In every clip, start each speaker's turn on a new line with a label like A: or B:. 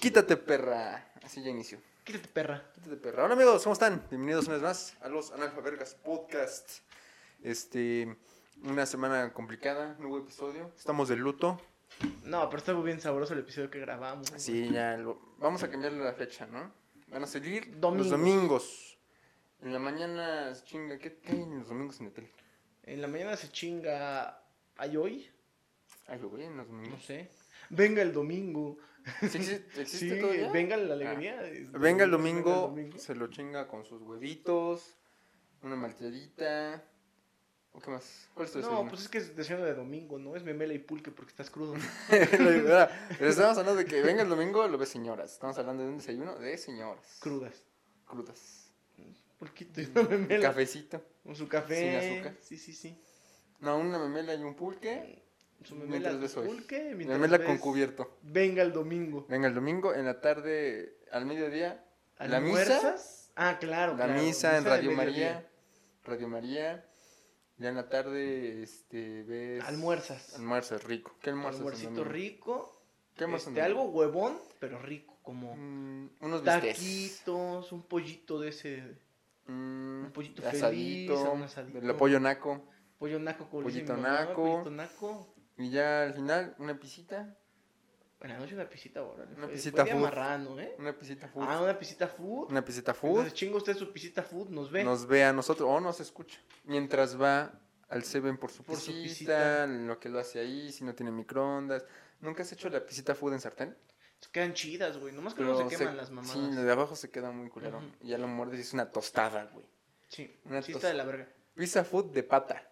A: Quítate, perra. Así ya inicio.
B: Quítate, perra.
A: Quítate, perra. Hola, amigos, ¿cómo están? Bienvenidos una vez más a los Analfabergas Podcast. Este, una semana complicada, nuevo episodio. Estamos de luto.
B: No, pero estuvo bien sabroso el episodio que grabamos. güey.
A: Así ya lo- vamos a cambiarle la fecha, ¿no? Van a salir
B: Domingos.
A: los domingos. En la mañana, chinga, ¿qué, qué hay en los domingos en la tele?
B: En la mañana se chinga. ¿Hay hoy?
A: Ay, lo voy en los
B: No
A: domingos.
B: sé. Venga el domingo.
A: ¿Sí existe, existe
B: Sí,
A: todavía? Ah.
B: venga la alegría. es-
A: Venga el
B: Venga
A: domingo,
B: el domingo.
A: se lo chinga con sus huevitos, una malteadita. ¿O qué más? ¿Cuál es tu
B: No,
A: desayuno?
B: pues es que es desayuno de domingo, ¿no? Es memela y pulque porque estás crudo.
A: La verdad, pero estamos hablando de que venga el domingo, lo ve señoras. Estamos hablando de un desayuno de señoras.
B: Crudas.
A: Crudas.
B: Pulquito y una
A: Un
B: memela.
A: cafecito.
B: Con su café.
A: Sin azúcar.
B: Sí, sí, sí.
A: No, una memela y un pulque.
B: Su memela
A: Mientras
B: con
A: ves hoy.
B: pulque. mientras
A: Memela
B: ves
A: con cubierto.
B: Venga el domingo.
A: Venga el domingo, en la tarde, al mediodía, ¿La misa?
B: ¿Almuerzas? Ah, claro.
A: la
B: claro,
A: misa en
B: de
A: Radio
B: mediodía.
A: María. Radio María. Ya en la tarde, este, ves...
B: Almuerzas.
A: Almuerzo rico. ¿Qué almuerzo?
B: Almuercito rico.
A: ¿Qué almuerzo en
B: este,
A: domingo?
B: algo huevón, pero rico, como
A: Mm, unos bistecs.
B: taquitos, un pollito de ese
A: Mm,
B: un pollito feliz,
A: asadito,
B: un asadito.
A: El pollo naco.
B: pollo naco con
A: Pollito naco.
B: Pollito naco.
A: Y ya al final, una pisita.
B: En la noche una pisita, órale. pues,
A: Una
B: fue-
A: pisita
B: fue día
A: food.
B: marrano, ¿eh?
A: Una pisita food.
B: Ah, una pisita food.
A: una pisita food.
B: Entonces chinga usted su pisita food, nos ve.
A: Nos ve a nosotros o nos escucha. Mientras va al Seven por su
B: Por su
A: pisita,
B: pisita.
A: lo que lo hace ahí, si no tiene microondas. ¿Nunca has hecho la pisita food en sartén?
B: Se Quedan chidas, güey. Nomás que no se
A: Pero
B: queman las mamadas.
A: Sí, lo de abajo se queda muy culero.
B: Ujú.
A: Y ya lo muerdes y es una tostada, güey.
B: Sí,
A: Una
B: sí
A: tos-
B: está de la verga.
A: Pizza food de pata.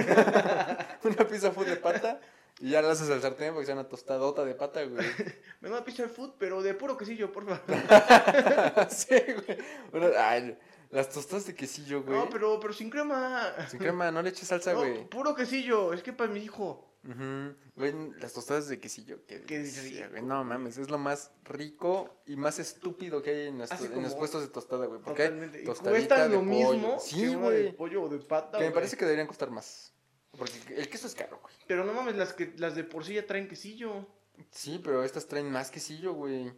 A: una pizza food de pata. Y ya la haces al sartén porque sea una tostadota de pata, güey.
B: Me da una pizza de food, pero de puro quesillo, por favor.
A: sí, güey. Bueno, ay, las tostadas de quesillo, güey.
B: No, pero, pero sin crema.
A: Sin crema, no le eches salsa,
B: No,
A: güey.
B: puro quesillo. Es que para mi hijo.
A: Ujú. Güey, las tostadas de quesillo. Qué,
B: Qué
A: delicia,
B: rico,
A: güey. No mames, es lo más rico y más estúpido que hay en, las
B: Así
A: to- en
B: como-
A: los puestos de tostada, güey. Porque hay
B: Totalmente. Y
A: tostadita
B: cuestan
A: de
B: lo
A: pollo.
B: mismo
A: Sí,
B: que una de
A: güey.
B: pollo o de pata.
A: que me
B: güey.
A: parece que deberían costar más. Porque el queso es caro, güey.
B: Pero no mames, las, que, las de por sí ya traen quesillo.
A: Sí, pero estas traen más quesillo, güey.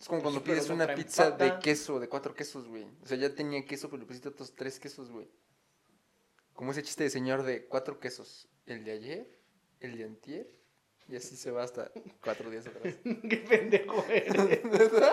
A: Es como cuando
B: Sí, pero
A: pides
B: no
A: una
B: traen
A: pizza de
B: pata.
A: queso, de cuatro quesos, güey. O sea, ya tenía queso, pero le pusiste otros tres quesos, güey. Como ese chiste de señor de cuatro quesos. El de ayer, el de antier, y así se va hasta cuatro días atrás.
B: Qué pendejo eres.
A: ¿Verdad?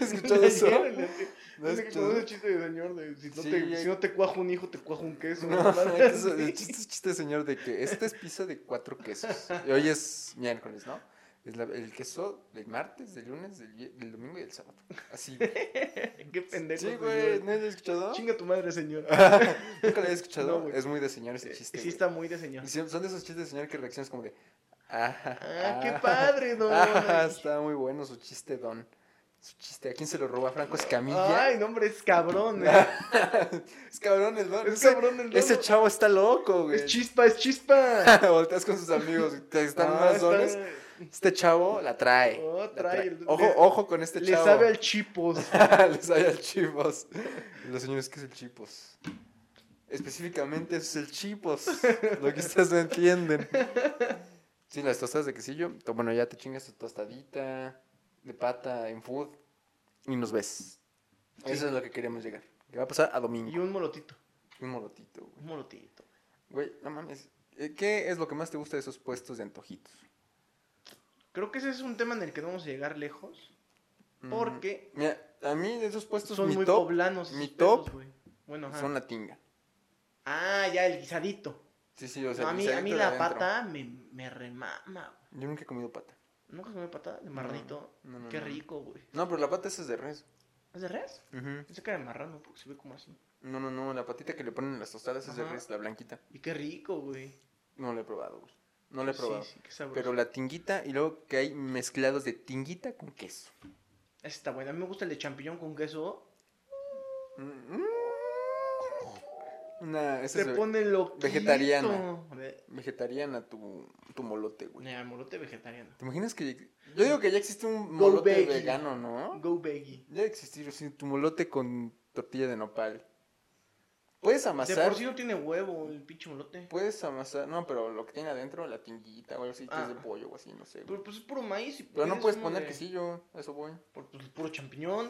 A: ¿Has escuchado eso? ¿No
B: No
A: has
B: es que
A: escuchado?
B: conoce el chiste de señor de si no,
A: Sí,
B: te,
A: ya-
B: si no te cuajo un hijo, te cuajo un queso.
A: No,
B: ¿no?
A: entonces, el
B: Sí.
A: chiste es chiste de señor de que esta es pizza de cuatro quesos. Y hoy es miércoles, ¿no? Es la- el queso del martes, del lunes, del, vie- del domingo y del sábado. Así, güey.
B: Qué pendejo.
A: Sí,
B: señor.
A: güey, ¿no lo has escuchado?
B: Chinga tu madre, señor.
A: Nunca lo había escuchado.
B: No, güey.
A: es muy de señor ese
B: Eh,
A: chiste.
B: sí,
A: güey.
B: está muy de señor.
A: Y siempre- Son de esos chistes de señor que reaccionas como de. Ah,
B: Ah, qué
A: ah,
B: padre, don.
A: ah, está muy bueno su chiste, don. Su chiste. ¿A quién se lo roba? Franco Escamilla.
B: Ay, no, hombre, es cabrón. eh.
A: es cabrón el don.
B: Es
A: Ah, Ese-
B: cabrón el
A: Ese
B: don.
A: chavo está loco, güey.
B: Es chispa, es chispa.
A: Volteas con sus amigos, te están
B: Ah,
A: más
B: está-
A: dones. Este chavo la trae.
B: Oh,
A: la
B: trae el-
A: Ojo,
B: le-
A: ojo con este
B: Le
A: chavo.
B: sabe al chipos.
A: Le sabe al chipos. Los señores, ¿qué es el chipos? Específicamente es el chipos. Lo que ustedes no entienden. Sí, las tostadas de quesillo. to- Bueno, ya te chingas tu tostadita de pata en food y nos ves.
B: Sí.
A: Eso es lo que queremos llegar. Que va a pasar a domingo.
B: Y un molotito.
A: Un molotito, güey.
B: Un molotito.
A: Güey, no mames. Eh, ¿Qué es lo que más te gusta de esos puestos de antojitos?
B: Creo que ese es un tema en el que no vamos a llegar lejos.
A: Mm,
B: Porque
A: Mira, a mí de esos puestos
B: son
A: mi
B: muy
A: top
B: poblanos.
A: mi
B: esos pedos,
A: top
B: güey. Bueno, ajá.
A: son la tinga.
B: Ah, ya, el guisadito.
A: Sí, sí, o
B: No,
A: sea,
B: a mí,
A: guisadito
B: a mí
A: de
B: la
A: adentro.
B: pata me, me remama. güey.
A: Yo nunca he comido pata.
B: ¿Nunca has comido patada de
A: No,
B: marrito?
A: no, no,
B: Qué
A: no.
B: rico, güey.
A: No, pero la pata esa es de res.
B: ¿Es de res? Pensé que era de marrano porque se ve como así.
A: No, no, no, la patita que le ponen en las tostadas es de
B: Ajá.
A: res, la blanquita.
B: Y qué rico, güey.
A: No la he probado, güey. No la he probado.
B: Sí, sí, qué sabroso.
A: Pero la tinguita y luego que hay mezclados de tinguita con queso.
B: Ese está bueno. A mí me gusta el de champiñón con queso.
A: Mm, mm. Una, esa
B: Se
A: es ve-
B: pone loquito.
A: vegetariana.
B: De-
A: vegetariana tu, tu molote, güey.
B: de molote vegetariano.
A: ¿Te imaginas que yo digo que ya existe un
B: Go
A: molote
B: veggie.
A: vegano, ¿no?
B: Go veggie.
A: Ya existir así tu molote con tortilla de nopal. Puedes
B: De
A: amasar.
B: por sí no tiene huevo el pinche molote.
A: Puedes amasar. No, pero lo que tiene adentro, la tinguita o algo así, que es de
B: Ah.
A: pollo o así, no sé. güey.
B: Pero pues es puro maíz. y,
A: Pero
B: pues,
A: no
B: es
A: puedes
B: como
A: poner
B: de-
A: quesillo, a eso voy.
B: por- pues, puro champiñón.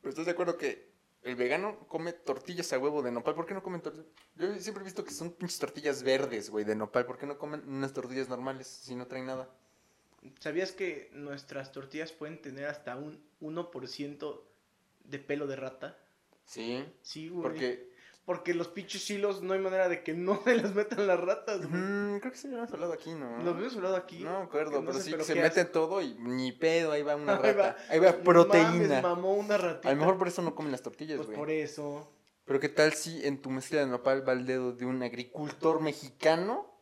A: Pero estás de acuerdo que el vegano come tortillas a huevo de nopal. ¿Por qué no comen tortillas? Yo siempre he visto que son pinches tortillas verdes, güey, de nopal. ¿Por qué no comen unas tortillas normales si no traen nada?
B: ¿Sabías que nuestras tortillas pueden tener hasta un 1% de pelo de rata?
A: Sí,
B: Sí, güey.
A: porque.
B: Porque los pinches hilos no hay manera de que no se las metan las ratas, güey.
A: Ujú, creo que sí lo habíamos hablado aquí, ¿no?
B: Los habíamos hablado aquí.
A: No me acuerdo,
B: que no
A: pero
B: sé,
A: sí
B: pero
A: se
B: ¿qué
A: mete
B: hace?
A: todo y ni pedo, ahí va una
B: Ahí va.
A: rata. Ahí va
B: No
A: proteína.
B: mames, mamó una ratita.
A: a lo mejor por eso no comen las tortillas,
B: Pues
A: güey.
B: por eso.
A: Pero qué tal si en tu mezcla de nopal va el dedo de un agricultor mexicano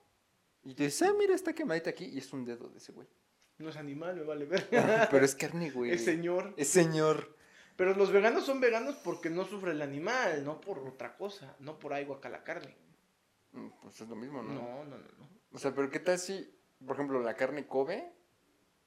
A: y te dices, ah, mira, está quemadita aquí y es un dedo de ese güey. Ah,
B: No es animal, me vale ver.
A: Pero es carne, güey.
B: es señor.
A: Es señor.
B: Pero los veganos son veganos porque no sufre el animal, no por otra cosa, no por algo acá la carne.
A: Mm, Pues es lo mismo, ¿no?
B: No, no, no, no.
A: O sea, pero qué tal si, por ejemplo, la carne Kobe,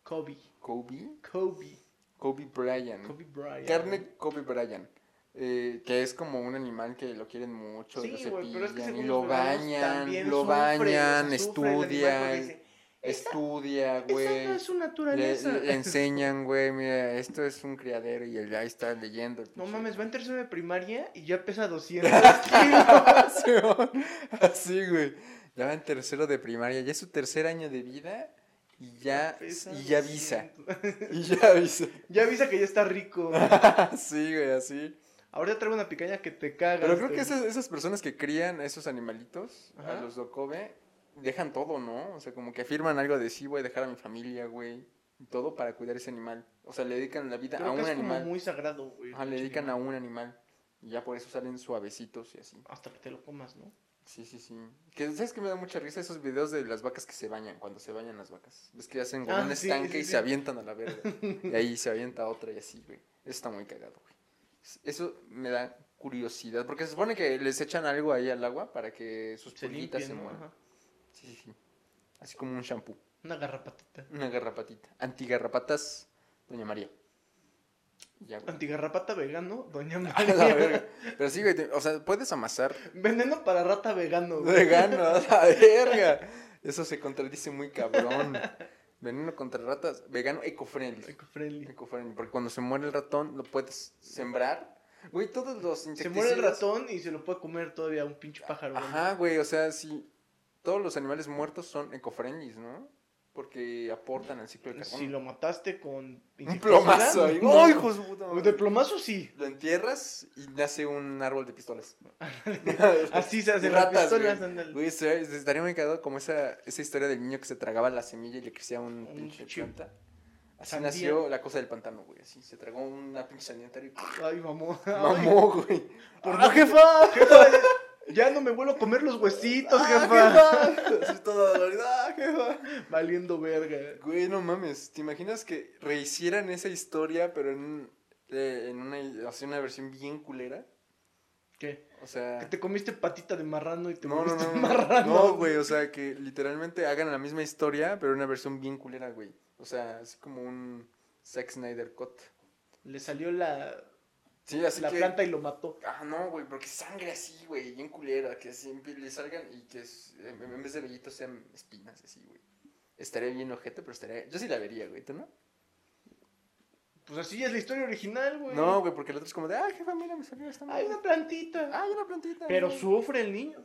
B: Kobe,
A: Kobe,
B: Kobe,
A: Kobe Bryant.
B: Kobe Bryant.
A: Carne Kobe Bryant. eh, que es como un animal que lo quieren mucho,
B: Sí,
A: lo
B: güey, pero es que
A: cepillan y
B: según
A: lo
B: los veganos
A: bañan,
B: también
A: lo
B: sufre, o sea,
A: bañan,
B: sufre el animal porque
A: estudian,
B: dice, "Esa-
A: estudia,
B: Esa no
A: güey.
B: es su
A: Le,
B: naturaleza.
A: le enseñan, güey, mira, esto es un criadero y el, ahí está leyendo. el
B: No
A: pinche-
B: mames, va en tercero de primaria y ya pesa 200 kilos.
A: Simón, Así, güey. Ya va en tercero de primaria, ya es su tercer año de vida y ya,
B: Pesa
A: y ya avisa.
B: 200.
A: Y ya avisa.
B: Ya avisa que ya está rico.
A: sí, güey, así.
B: Ahorita traigo una picaña que te cagas.
A: Pero creo
B: güey.
A: que esas, esas personas que crían a esos animalitos, a
B: Este, Ajá.
A: los dokobe, dejan todo, ¿no? O sea, como que afirman algo de sí, voy a dejar a mi familia, güey. y Todo para cuidar ese animal. O sea, le dedican la vida
B: Creo
A: a
B: que
A: un
B: es
A: animal.
B: como muy sagrado, güey.
A: Ajá, le dedican a un animal. Y ya por eso salen suavecitos y así.
B: Hasta que te lo comas, ¿no?
A: Sí, sí, sí. Que, ¿Sabes que me da mucha risa esos videos de las vacas que se bañan, cuando se bañan las vacas? Es que hacen como
B: Ah,
A: un
B: sí,
A: estanque
B: sí,
A: y
B: sí.
A: se avientan a la verga. y ahí se avienta otra y así, güey. Eso está muy cagado, güey. Es- Eso me da curiosidad, porque se supone que les echan algo ahí al agua para que sus
B: Se
A: pulguitas
B: limpia,
A: se
B: ¿no?
A: mueran.
B: Ajá.
A: Sí, sí, sí. Así como un shampoo,
B: Una garrapatita.
A: una garrapatita. Antigarrapatas, doña María. Ya, güey.
B: Antigarrapata vegano, doña
A: A la
B: María.
A: verga. Pero sí, güey, te- o sea, puedes amasar
B: Veneno para rata vegano, güey.
A: Vegano, a la verga. Eso se contradice muy cabrón. Veneno contra ratas, vegano eco-friendly.
B: Eco-friendly.
A: Eco-friendly, porque cuando se muere el ratón lo puedes sembrar. Güey, todos los
B: Se
A: insecticidas.
B: muere el ratón y se lo puede comer todavía un pinche pájaro. güey.
A: Ajá, güey, o sea, sí. Todos los animales muertos son eco-friendly, ¿no? Porque aportan al ciclo de carbono.
B: Si lo mataste con
A: Un
B: insecticida,
A: plomazo ahí.
B: no.
A: ¡Ay, hijo de su puta madre!
B: De plomazo sí.
A: Lo entierras y nace un árbol de pistolas.
B: Así se hacen
A: Ratas,
B: las pistolas,
A: güey.
B: ándale.
A: Güey, se- se estaría muy cagado como esa, esa historia del niño que se tragaba la semilla y le crecía un
B: Un
A: pinche
B: chip.
A: planta. Así
B: Sandía.
A: nació la cosa del pantano, güey. Así se tragó una pinche sanitaria y
B: Ay, mamó.
A: mamó, güey.
B: por
A: ¡Ah,
B: no-
A: jefa!
B: Jefa, ya no me vuelvo a comer los huesitos,
A: ¡Ah,
B: jefa.
A: jefa! Así todo dolorido. ¡Ah, jefa!
B: Valiendo verga.
A: Güey, no mames. ¿Te imaginas que rehicieran esa historia, pero en, eh, en una, así una versión bien culera?
B: ¿Qué?
A: O sea...
B: Que te comiste patita de marrano y te
A: Ah. No, no,
B: volviste
A: no, no.
B: marrano.
A: No, güey, o sea, que literalmente hagan la misma historia, pero una versión bien culera, güey. O sea, así como un Zack Snyder Cut.
B: Le salió la,
A: Sí, así
B: la
A: que...
B: planta y lo mató.
A: Ah, no, güey, pero que sangre así, güey, bien culera, que siempre le salgan y que es- en en vez de vellitos sean espinas así, güey. Estaría bien ojete, pero estaría... Yo sí la vería, güey, ¿tú no?
B: Pues así es la historia original, güey.
A: No, güey, porque el otro es como de, ah, jefa, mira, me salió esta
B: Hay
A: madre.
B: una plantita.
A: Ah, hay una plantita.
B: Pero
A: mira".
B: sufre el niño.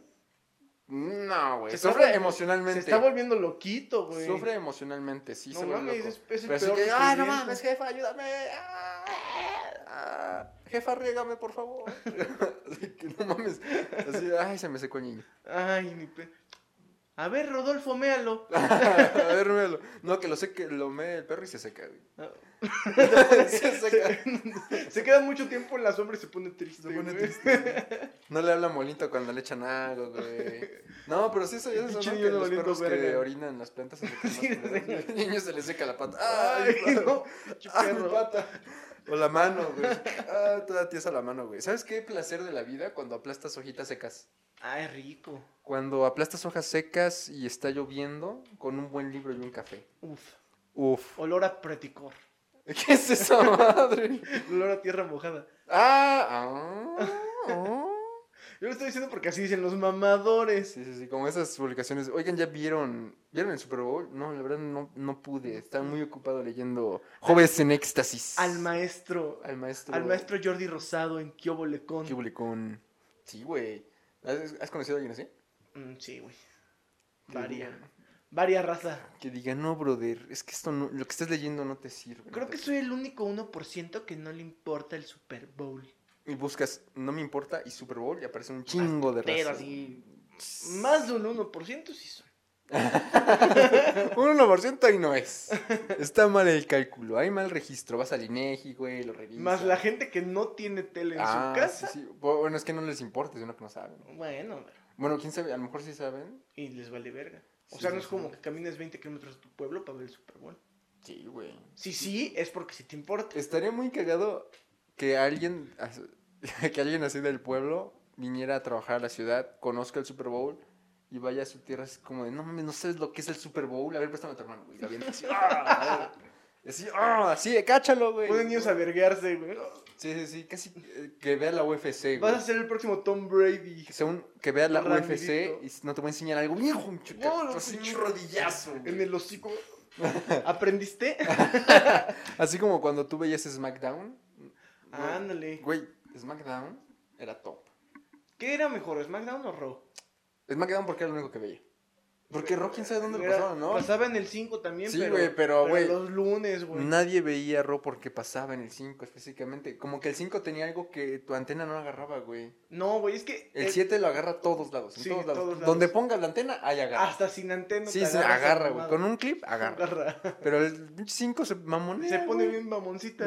A: No, güey,
B: Se está
A: sufre
B: vol- Se
A: emocionalmente.
B: está volviendo loquito, güey.
A: Sufre emocionalmente, sí,
B: No
A: se vuelve
B: mames,
A: loco.
B: es, es el
A: Pero así
B: peor
A: que, ay, no
B: sufrimiento".
A: mames, jefa, ayúdame. ah, ah, jefa, riégame, por favor. Así que, no mames. Así, ay, se me secó el niño.
B: Ay, mi pe... A ver, Rodolfo, méalo.
A: A ver, méalo. No, que lo seque, lo mee el perro y se seca, güey. se seca.
B: se queda mucho tiempo en la sombra y se pone triste.
A: Se pone
B: güey.
A: triste. güey. No le habla molito cuando le echan algo, güey. No, pero sí, eso ya es eso,
B: Pinche
A: ¿no?
B: niño
A: Que los
B: valiendo
A: perros que
B: verga.
A: orinan las plantas se secan más
B: Sí,
A: culeros, güey.
B: sí.
A: El niño se le seca la pata.
B: Ay,
A: Ay, no.
B: no, pinche
A: Ah, mi
B: perro.
A: pata. O la mano, güey. Ah, toda tiesa la mano, güey. ¿Sabes qué placer de la vida cuando aplastas hojitas secas?
B: Ay, rico.
A: Cuando aplastas hojas secas y está lloviendo con un buen libro y un café.
B: Uf.
A: Uf.
B: Olor a preticor.
A: ¿Qué es esa madre?
B: Olor a tierra mojada.
A: Ah, ah, ah.
B: Yo lo estoy diciendo porque así dicen los mamadores.
A: Sí, sí, sí, como esas publicaciones. Oigan, ¿ya vieron vieron el Super Bowl? No, la verdad no, no pude. Estaba muy ocupado leyendo Jóvenes en Éxtasis.
B: Al maestro.
A: Al maestro.
B: Al maestro Jordi Rosado en Kiobo Lecón.
A: ¿Qué hubo con...? Sí, güey. ¿Has, has conocido a alguien así?
B: Mm, sí, güey.
A: Que
B: Varia.
A: diga-
B: Varia raza.
A: Que diga, no, brother, es que esto no, lo que estás leyendo no te sirve. no
B: Creo
A: te
B: que soy el único 1% que no le importa el Super Bowl.
A: Y buscas, no me importa, y Super Bowl, y aparece un chingo de
B: Pero
A: raza.
B: así. Más de un 1% sí soy.
A: Un 1% y no es. Está mal el cálculo, hay mal registro. Vas al INEGI, güey, lo revisas.
B: Más la gente que no tiene tele en
A: Ah,
B: su casa.
A: sí, sí. Bueno, es que no les importa, sino que no saben.
B: Bueno, pero-
A: Bueno, quién sabe, a lo mejor sí saben.
B: y les vale verga. O
A: Sí,
B: sea, no
A: sí,
B: es
A: sí.
B: como que camines 20 kilómetros de tu pueblo para ver el Super Bowl.
A: Sí, güey.
B: Si sí, es porque sí te importa.
A: Estaría muy cagado que alguien, as- que alguien así del pueblo viniera a trabajar a la ciudad, conozca el Super Bowl y vaya a su tierra así como de, no mames, no sabes lo que es el Super Bowl, a ver, préstame a tu hermano, güey. La avienta así, ¡ah! Y así, ¡ah! así, de, cáchalo, güey.
B: Pueden ellos a verguearse, güey. "Oh,
A: Sí, sí, sí, casi eh, que vea la UFC,
B: Vas a
A: güey.
B: ser el próximo Tom Brady.
A: Que, sea un- que vea la
B: Ramidito.
A: UFC y s- no te voy a enseñar algo. Viejo, un
B: Wow,
A: chucazo, así un rodillazo. güey.
B: "Oh, En el hocico. ¿Aprendiste?
A: Así como cuando tú veías SmackDown.
B: Ah,
A: güey,
B: Ándale.
A: Güey, SmackDown era top.
B: ¿Qué era mejor, SmackDown o Raw?
A: SmackDown porque era lo único que veía. Porque Raw, quién sabe dónde lo
B: Era-
A: pasaron, ¿no?
B: Pasaba en el 5 también,
A: Sí,
B: pero,
A: güey, pero, güey,
B: los lunes, güey.
A: Nadie veía Raw porque pasaba en el 5 específicamente. Como que el 5 tenía algo que tu antena no agarraba, güey.
B: No, güey, es que
A: El
B: eh,
A: 7 lo agarra a todos lados. En
B: Sí,
A: todos, lados.
B: todos lados.
A: Donde pongas la antena, ahí agarra.
B: hasta sin antena.
A: sí,
B: te
A: se
B: agarra esa
A: agarra, güey.
B: mamada.
A: Con un clip, agarra.
B: Agarra.
A: Pero el 5 se mamonea.
B: Se pone
A: güey.
B: bien mamoncita.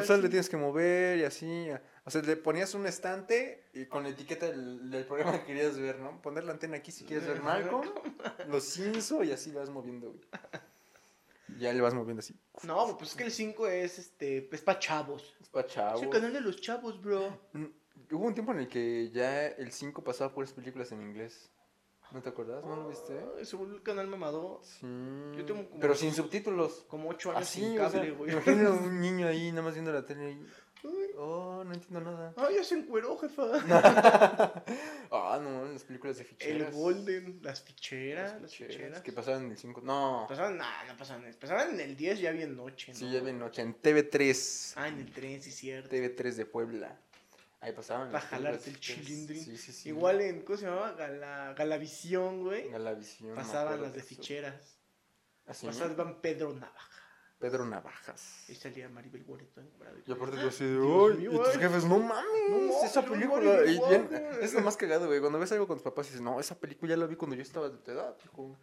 A: O sea,
B: así.
A: Pues le tienes que mover y así. O sea, le ponías un estante y con la etiqueta del, del programa que querías ver, ¿no? Poner la antena aquí si quieres ver Malcolm, los Simpson y así vas moviendo, güey. Ya le vas moviendo así.
B: No, güey, pues es que el 5 es este, es pa' chavos.
A: Es pa' chavos.
B: Es el canal de los chavos, bro.
A: Mm, Hubo un tiempo en el que ya el 5 pasaba puras películas en inglés. ¿No te acuerdas? ¿No lo viste?
B: Ay, Es un canal mamador.
A: Sí.
B: Yo tengo como-
A: Pero sin subtítulos.
B: Como 8 años
A: Así,
B: sin
A: o
B: cable,
A: sea,
B: güey.
A: imagina un niño ahí, nada más viendo la tele. y,
B: Ay,
A: Oh, no entiendo nada.
B: Ay, ya se encueró, jefa.
A: ah, no, en las películas de ficheras.
B: El Golden, las ficheras,
A: Las
B: las
A: ficheras.
B: ficheras.
A: Que pasaban en el 5. No,
B: Pasaban, nah, no pasaban. en- Pasaban en el 10 ya bien noche, ¿no?
A: sí, ya bien noche. En TV3.
B: Ah, en el 3, sí, cierto.
A: TV3 de Puebla. Ahí pasaban.
B: Pa'
A: las películas
B: jalarte
A: de
B: el
A: ficheras.
B: chilindrín.
A: Sí, sí, sí.
B: Igual eh, en, ¿cómo se llamaba? Gala- Galavisión, güey.
A: Galavisión. me
B: Pasaban
A: acuerdo
B: las de
A: eso.
B: ficheras.
A: Así, ¿no?
B: Pasaban Pedro Navaja.
A: Pedro Navajas.
B: Y salía Maribel Guareto en Bravo.
A: Y aparte yo así de,
B: Dios
A: "Ay",
B: mío,
A: y tus
B: ay.
A: jefes, no mames,
B: No mames,
A: esa
B: yo
A: película.
B: igual,
A: y
B: igual,
A: bien-
B: güey.
A: es lo más cagado, güey. Cuando ves algo con tus papás y dices, no, esa película ya la vi cuando yo estaba de tu edad, hijo.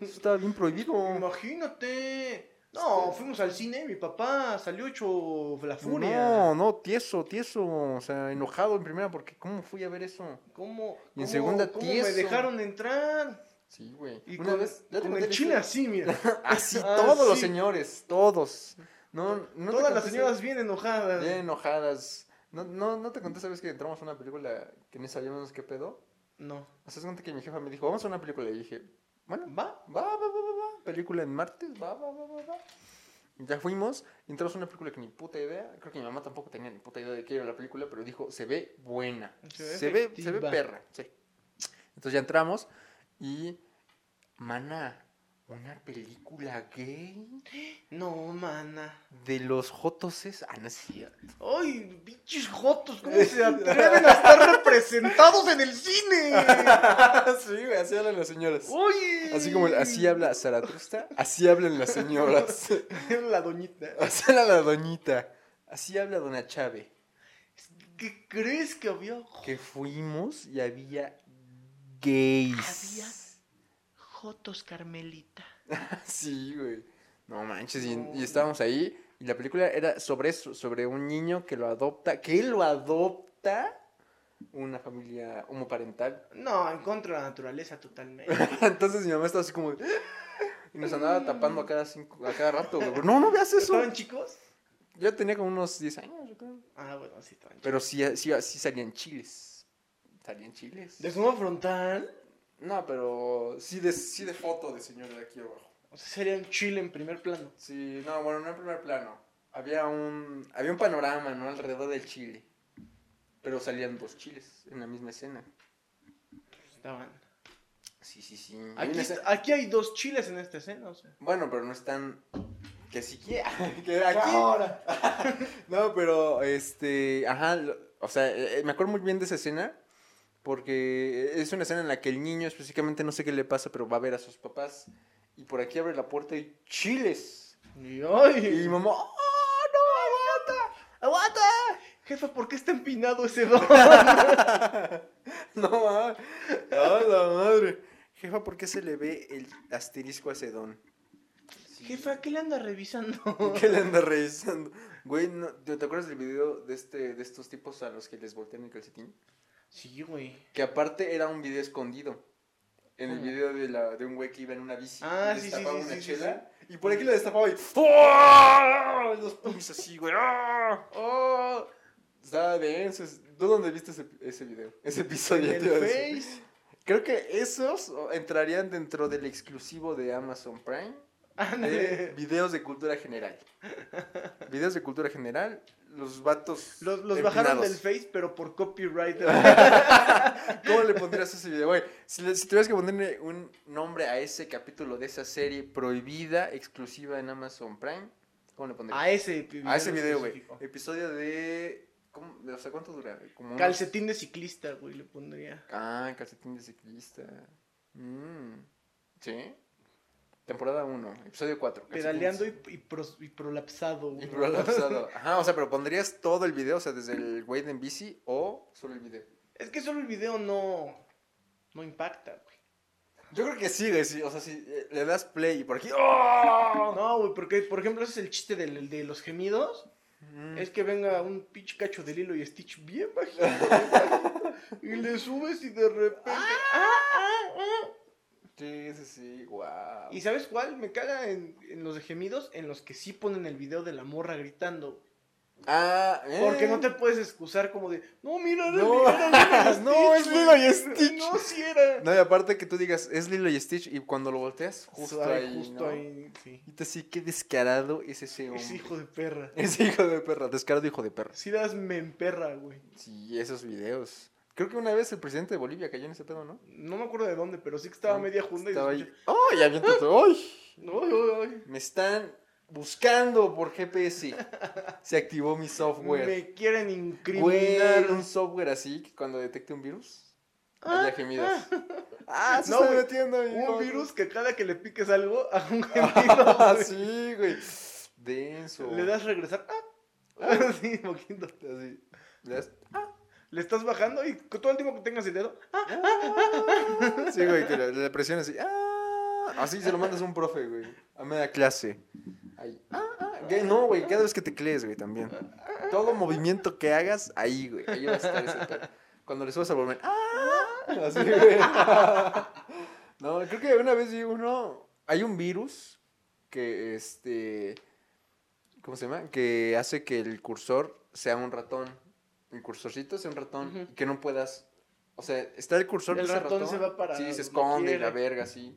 A: Eso estaba bien prohibido.
B: Imagínate. No, fuimos al cine, mi papá salió hecho la furia.
A: No, no, tieso, tieso. O sea, enojado en primera porque ¿cómo fui a ver eso?
B: ¿Cómo,
A: Y en
B: cómo-
A: segunda,
B: cómo
A: tieso.
B: me dejaron entrar?
A: Sí, güey.
B: Y
A: Una
B: con,
A: vez, ya te
B: con
A: conté
B: el
A: la
B: chile
A: historia.
B: así, mira.
A: Así,
B: Ah,
A: todos los
B: sí.
A: señores, todos. No, no te
B: Todas las
A: conté esa-
B: señoras bien enojadas.
A: Bien enojadas. No, no, no te conté, ¿sabes que entramos a una película que ni sabíamos qué pedo?
B: No.
A: O sea, es cuenta que mi jefa me dijo, vamos a una película. Y dije, bueno,
B: ¿Va?
A: va, va, va, va, va. Película en martes, va, va, va, va, va. Ya fuimos, entramos a una película que ni puta idea. Creo que mi mamá tampoco tenía ni puta idea de qué era la película, pero dijo, se ve buena.
B: Se ve
A: Se ve, se ve
B: efectiva.
A: perra, sí. Entonces ya entramos y. Mana, una película gay
B: No, mana.
A: de los Jotoses. Ah, no es cierto.
B: Ay, pinches jotos, ¿cómo se atreven a estar representados en el cine?
A: sí, güey, así hablan las señoras.
B: Oye.
A: Así como el- así habla Zaratustra, así hablan las señoras.
B: la doñita.
A: Así habla la doñita. Así habla dona Chave.
B: ¿Qué crees que había
A: Que fuimos y había gays.
B: jotos, Carmelita?
A: Sí, güey. No manches. Y,
B: No.
A: y estábamos ahí. Y la película era sobre eso, sobre un niño que lo adopta. Que lo adopta una familia homoparental.
B: No, en contra de la naturaleza totalmente.
A: Entonces mi mamá estaba así como. de, Y nos andaba tapando a cada, cinco- a cada rato, güey. No, no veas eso.
B: ¿Estaban chicos?
A: Yo tenía como unos 10 años, yo creo.
B: Ah, bueno, sí, estaban chicos.
A: Pero sí, sí, sí salían chiles. Salían chiles.
B: ¿De forma frontal?
A: No, pero sí de, sí de foto de señor de aquí abajo.
B: O sea, sería un chile en primer plano.
A: Sí, no, bueno, no en primer plano. Había un, había un panorama, ¿no? Alrededor del chile. Pero salían dos chiles en la misma escena.
B: pues, estaban.
A: Sí, sí, sí. Hay
B: Aquí,
A: una
B: est-
A: escena-
B: aquí hay dos chiles en esta escena, o sea.
A: Bueno, pero no están. Que siquiera. Que aquí.
B: Ahora.
A: No, pero este. Ajá. lo- O sea, eh, eh, me acuerdo muy bien de esa escena. Porque es una escena en la que el niño, específicamente, no sé qué le pasa, pero va a ver a sus papás. Y por aquí abre la puerta y chiles.
B: Y,
A: Y
B: ay,
A: mamá. ¡Oh, no! ¡Aguanta! ¡Aguanta!
B: jefa, ¿por qué está empinado ese don?
A: no mames. ¡Ah, la madre! Jefa, ¿por qué se le ve el asterisco a ese don?
B: Jefa, ¿qué le anda revisando?
A: ¿Qué le anda revisando? Güey, no- ¿te te acuerdas del video de, este, de estos tipos a los que les voltean el calcetín?
B: Sí, güey.
A: Que aparte era un video escondido. En el
B: ¿Cómo?
A: video de, la, de un güey que iba en una bici.
B: Ah,
A: y
B: sí, sí,
A: destapaba
B: sí,
A: una
B: sí, sí,
A: chela. Y por aquí la destapaba y. ¡Oh! Los pums así, güey.
B: ¡ah!
A: ¡Oh! ¡Oh! Estaba denso. ¿Tú dónde viste ese, ese video? Ese
B: En
A: episodio.
B: el
A: te iba a decir.
B: Face.
A: Creo que esos oh, entrarían dentro del exclusivo de Amazon Prime. de
B: Ándale.
A: videos de cultura general. Videos de cultura general. Los vatos.
B: Los, los
A: empinados.
B: bajaron del Face, pero por copyright.
A: ¿Cómo le pondrías a ese video? Güey, si, le- si tuvieras que ponerle un nombre a ese capítulo de esa serie prohibida, exclusiva en Amazon Prime, ¿cómo le pondrías?
B: A ese video.
A: A ese video, güey.
B: específico.
A: Episodio de. ¿cómo? de- O sea, ¿cuánto dura? Como unos-
B: Calcetín de ciclista, güey, le pondría.
A: Ah, calcetín de ciclista. Mm. ¿Sí? Temporada 1, episodio 4.
B: Pedaleando y, y pros- y prolapsado,
A: Y
B: güey.
A: prolapsado. Ajá, o sea, pero pondrías todo el video, o sea, desde el güey de en bici o solo el video.
B: Es que solo el video no. No impacta, güey.
A: Yo creo que sí, güey, sí. O sea, si eh, le das play y por aquí. ¡Oh!
B: No, güey, porque, por ejemplo, ese es el chiste del, de los gemidos.
A: Mm.
B: Es que venga un pinche cacho de Lilo y Stitch bien bajito. bien bajito, y le subes y de repente.
A: Ah,
B: ah,
A: Sí, sí, sí, wow.
B: ah. ¿Y sabes cuál? Me caga en, en los de gemidos en los que sí ponen el video de la morra gritando.
A: Ah, ¿eh?
B: Porque no te puedes excusar como de. No, mira, era
A: No.
B: Lilo- era Lilo y
A: No, es
B: Stitch,
A: Lilo y
B: güey".
A: Stitch.
B: No, si era.
A: No, y aparte que tú digas, es Lilo y Stitch, y cuando lo volteas, justo
B: Suave,
A: ahí.
B: Justo
A: ¿no?
B: ahí, sí.
A: Y te sí, qué descarado es ese hombre.
B: Es hijo de perra.
A: Ese hijo de perra, descarado hijo de perra.
B: Si das me emperra, güey.
A: Sí, esos videos. Creo que una vez el presidente de Bolivia cayó en ese pedo, ¿no?
B: No me acuerdo de dónde, pero sí que estaba
A: No,
B: media junta
A: Estaba
B: y
A: ahí.
B: escucha-
A: ¡Ay, avienta todo! ¡Ay!
B: Ay, ay, ay.
A: Me están buscando por GPS. Se activó mi software.
B: Me quieren
A: Güey,
B: incriminar.
A: un software así que cuando detecte un virus,
B: Ah,
A: haya gemidos.
B: ah,
A: se
B: no,
A: está
B: güey,
A: metiendo mi
B: un
A: hijo.
B: virus que cada que le piques algo a un gemido,
A: Ah,
B: güey,
A: sí, güey. Denso.
B: le das regresar. Ah, ah, sí, poquito.
A: Así. Le das-
B: Le estás bajando y con todo el tiempo que tengas el dedo. ah,
A: Sí, güey, que le, le presionas así. Ah, así se lo mandas a un profe, güey. A media clase. Ahí. Ah, ah, que- no, güey, cada vez que teclees, güey, también. Todo movimiento que hagas, ahí, güey. Ahí va a estar ese pedo. Cuando le subas al volumen. Ah, así, güey. No, creo que una vez vi uno. Hay un virus que este. ¿Cómo se llama? Que hace que el cursor sea un ratón. El cursorcito sea un ratón.
B: Ujú.
A: y que no puedas. O sea, está el cursor.
B: El
A: de ese
B: ratón se va para
A: Sí,
B: donde
A: se esconde y
B: quiere.
A: la verga, sí.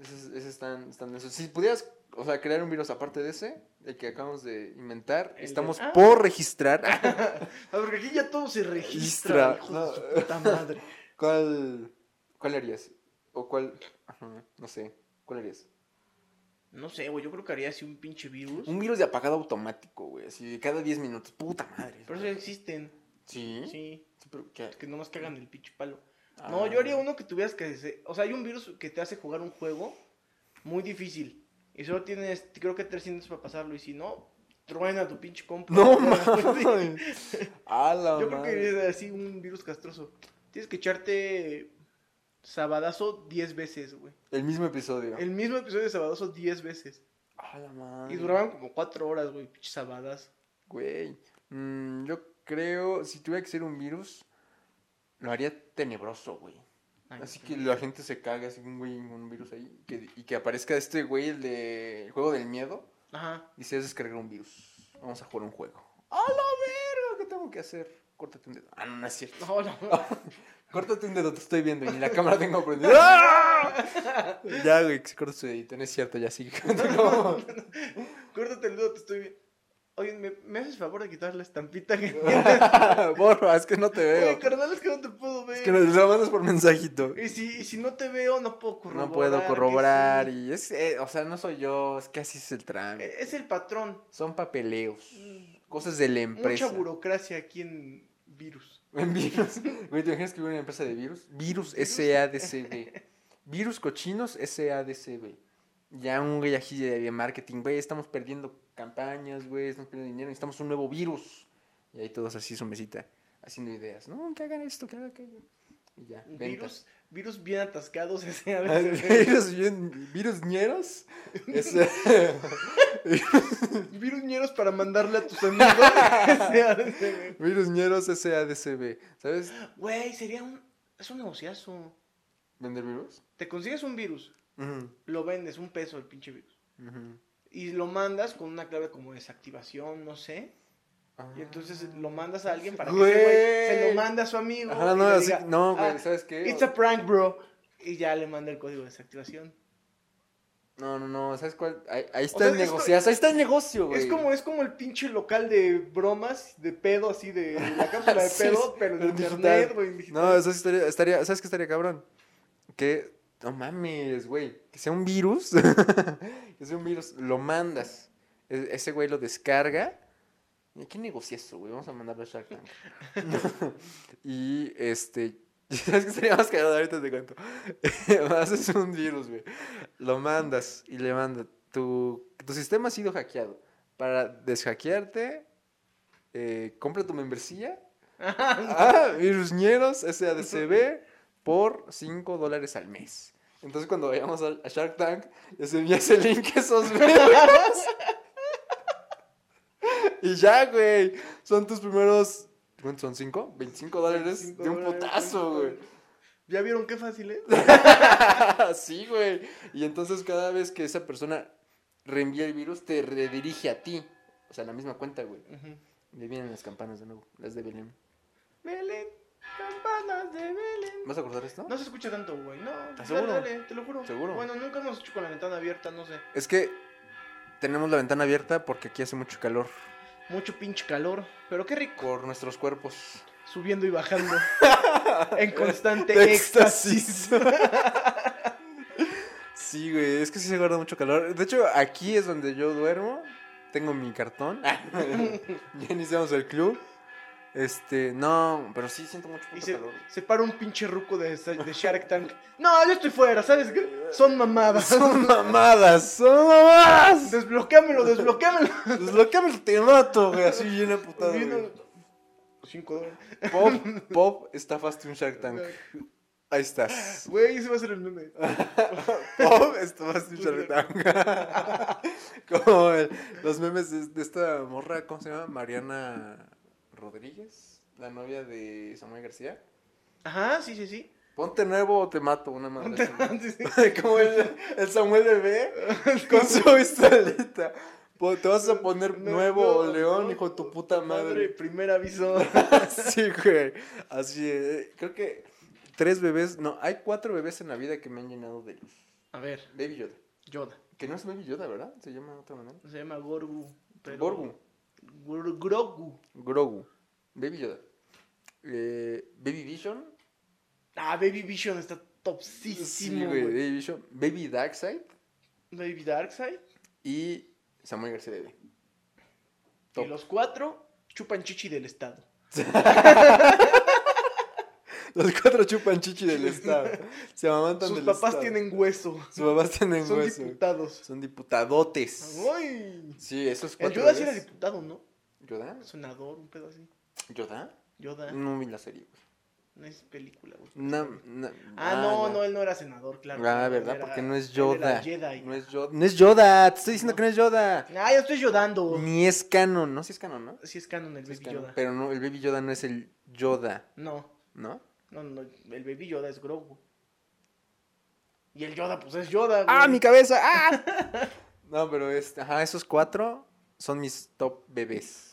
A: Ese, ese están, están esos. Si pudieras, o sea, crear un virus aparte de ese, el que acabamos de inventar,
B: El de-
A: estamos
B: ah.
A: por registrar.
B: ah, porque aquí ya todo se registra.
A: Registra,
B: hijo
A: no.
B: de su puta madre.
A: ¿Cuál, cuál harías? ¿O cuál? Ajá, no sé. ¿Cuál harías?
B: No sé, güey, yo creo que haría así un pinche virus.
A: Un virus de apagado automático, güey. Así de cada 10 minutos. Puta madre.
B: Pero eso ya existen.
A: ¿Sí? sí.
B: Sí,
A: ¿Eh? pero ¿qué? Ah.
B: que nomás cagan el pinche palo. No, yo haría uno que tuvieras que... se- O sea, hay un virus que te hace jugar un juego muy difícil. Y solo tienes, creo que 300 para pasarlo. Y si no, truena tu pinche compu.
A: No
B: Sí.
A: mames. A la
B: Yo creo que
A: madre.
B: es así un virus castroso. Tienes que echarte Sabadazo 10 veces, güey.
A: El mismo episodio.
B: El mismo episodio de Sabadazo 10 veces.
A: A la madre.
B: Y duraban como 4 horas, güey, pinche Sabadas.
A: Güey. Mm, yo creo, si tuviera que ser un virus, lo haría tenebroso, güey.
B: Ay,
A: Así
B: no.
A: que la gente se caga, así un güey, un virus ahí. que- y que aparezca este güey, el de el juego del miedo.
B: Ajá.
A: Y se descargar un virus. Vamos a jugar un juego. ¡A la verga! ¿Qué tengo que hacer? Córtate un dedo. Ah, no, no es cierto.
B: No, no.
A: Córtate un dedo, te estoy viendo y ni la cámara tengo prendida. ¡Ah! Ya, güey, que se corta su dedito. No es cierto, ya sí.
B: Córtate el dedo, te estoy viendo. Oye, ¿me, me haces favor de quitar la estampita que tienes?
A: Borra, es que no te
B: Oye,
A: veo.
B: carnal, es que no te puedo ver.
A: Es que nos lo mandas por mensajito.
B: Y si, y si no te veo, no puedo corroborar.
A: No puedo
B: que
A: corroborar.
B: sí.
A: Y es, eh, o sea, no soy yo, es que así es el trámite.
B: E- Es el patrón.
A: Son papeleos. Cosas de la empresa.
B: Mucha burocracia aquí en virus.
A: En virus. Güey, ¿te imaginas que hubiera una empresa de virus? Virus
B: Virus.
A: SADCB. Virus cochinos SADCB. Ya un güey aquí de marketing, güey, estamos perdiendo campañas, güey, estamos perdiendo dinero, necesitamos un nuevo virus. Y ahí todos así su mesita, haciendo ideas. No, que hagan esto, que hagan aquello. Y ya, ventas.
B: Virus, virus bien atascados ese a
A: Ah,
B: veces.
A: Virus, bien- virus ñeros. Ese-
B: virus ñeros para mandarle a tus amigos. ese a veces.
A: virus ñeros SADCB. ¿Sabes?
B: Güey, sería un. Es un negociazo.
A: ¿Vender virus?
B: Te consigues un virus,
A: Ujú,
B: lo vendes, un peso el pinche virus.
A: ujú.
B: Y lo mandas con una clave como desactivación, no sé. Y entonces lo mandas a alguien para que ese güey se
A: Güey.
B: lo manda a su amigo.
A: Ah. Ajá,
B: y
A: no,
B: le
A: así,
B: diga,
A: no, güey,
B: "Ah,
A: ¿sabes qué?
B: It's a prank, bro. Y ya le manda el código de desactivación.
A: No, no, no, ¿sabes cuál? Ahí, ahí está
B: sea,
A: el
B: es co-
A: negocio, ahí está el negocio, güey.
B: Es como, es como el pinche local de bromas, de pedo, así de la cápsula de
A: Sí,
B: pedo,
A: sí,
B: pero en
A: pero
B: internet,
A: digital.
B: güey. en digital.
A: No, eso sí estaría, estaría- ¿sabes qué estaría cabrón? Que, no mames, güey, que sea un virus, que sea un virus, lo mandas, E- ese güey lo descarga, ¿Y ¿qué negocio es eso, güey? Vamos a mandarlo a Shark Tank. y, este, ¿sabes qué estaría más cagado? Ahorita te cuento. Haces un virus, güey, lo mandas y le manda, tu, tu sistema ha sido hackeado, para deshackearte, eh, compra tu membresía, Ah, virusñeros SADCB por 5 dólares al mes. Entonces cuando vayamos al- a Shark Tank, les envías el link a esos videos. y ya, güey. Son tus primeros. ¿Cuántos son? ¿5? 25 dólares
B: Cinco
A: de un
B: dólares,
A: putazo,
B: cinco
A: güey.
B: dólares. ¿Ya vieron qué fácil ¿eh? es?
A: sí, güey. Y entonces cada vez que esa persona reenvía el virus, te redirige a ti. O sea, la misma cuenta, güey.
B: Ujú.
A: Le vienen las campanas de nuevo, las de Belén.
B: Belén, campanas de Belén.
A: ¿Vas a cortar esto?
B: No se escucha tanto, güey. No, dale,
A: ¿Estás seguro?
B: dale, te lo juro.
A: ¿Seguro?
B: Bueno, nunca hemos hecho con la ventana abierta, no sé.
A: Es que tenemos la ventana abierta porque aquí hace mucho calor
B: Mucho pinche calor, pero qué rico.
A: por nuestros cuerpos.
B: Subiendo y bajando. en constante
A: De
B: éxtasis.
A: éxtasis. sí, güey, es que sí se guarda mucho calor. De hecho, aquí es donde yo duermo. Tengo mi cartón. ya iniciamos el club. Este, no, pero sí siento mucho
B: Y
A: puto
B: se,
A: calor.
B: se para un pinche ruco de, esa- de Shark Tank. No, yo estoy fuera, ¿sabes qué? Son mamadas.
A: Son mamadas, son mamadas.
B: Desbloquéamelo, desbloquéamelo.
A: Desbloqueame el temato, güey, así llena putada.
B: Vino- Cinco dólares.
A: Pop, pop, estafaste un Shark Tank. Ahí estás.
B: Güey, ese va a ser el meme.
A: Pop, esto va a ser Shark Tank. Como el- los memes de, de esta morra, ¿cómo se llama? Mariana Rodríguez, la novia de Samuel García.
B: Ajá, sí, sí, sí.
A: Ponte nuevo o te mato, una madre. así.
B: Sí, sí.
A: Como el, el Samuel bebé con su pistolita. Po- Te vas a poner
B: No,
A: nuevo
B: no,
A: o león,
B: no,
A: hijo de tu puta
B: Madre,
A: madre.
B: primer aviso.
A: sí, güey. Así es. Creo que tres bebés, no, hay cuatro bebés en la vida que me han llenado de luz.
B: A ver,
A: Baby Yoda.
B: Yoda.
A: Que no es Baby Yoda, ¿verdad? Se llama de otra manera.
B: Se llama Gorgu. pero-
A: Borgu.
B: Gro- Grogu.
A: Grogu. Baby Yoda. Eh, Baby Vision.
B: Ah, Baby Vision está
A: Sí,
B: topsísimo.
A: güey.
B: güey.
A: Baby Vision. Baby Darkseid.
B: Baby Darkseid.
A: Y Samuel García Bebé.
B: Y
A: Top.
B: los cuatro chupan chichi del estado.
A: Los cuatro chupan chichi del estado. Se amamantan
B: Sus
A: del
B: papás
A: estado.
B: tienen hueso.
A: Sus papás tienen
B: Son
A: hueso.
B: diputados.
A: Son diputadotes.
B: ¡Ay!
A: Sí, esos
B: El
A: cuatro.
B: Yoda sí era
A: bebés.
B: diputado, ¿no?
A: ¿Yoda?
B: Senador, un pedo así.
A: ¿Yoda?
B: Yoda.
A: No vi la serie, güey.
B: No es película, güey.
A: Na- na-
B: Ah, no,
A: ya.
B: no, él no era senador, claro.
A: Ah,
B: Él
A: ¿verdad?
B: era-
A: Porque no es
B: él
A: Yoda.
B: era Jedi.
A: No es Yoda. No es Yoda. Te estoy diciendo
B: No.
A: que no es Yoda.
B: Ah, yo estoy llorando.
A: Ni es canon. No, si es canon, ¿no?
B: Sí es canon el
A: Sí es
B: Baby
A: canon.
B: Yoda.
A: Pero no, el Baby Yoda no es el Yoda,
B: No,
A: ¿no?
B: no, no, el Baby Yoda es Grogu. Y el Yoda, pues es Yoda, güey.
A: ¡Ah, mi cabeza! ¡Ah! no, pero es, ajá, esos cuatro son mis top bebés.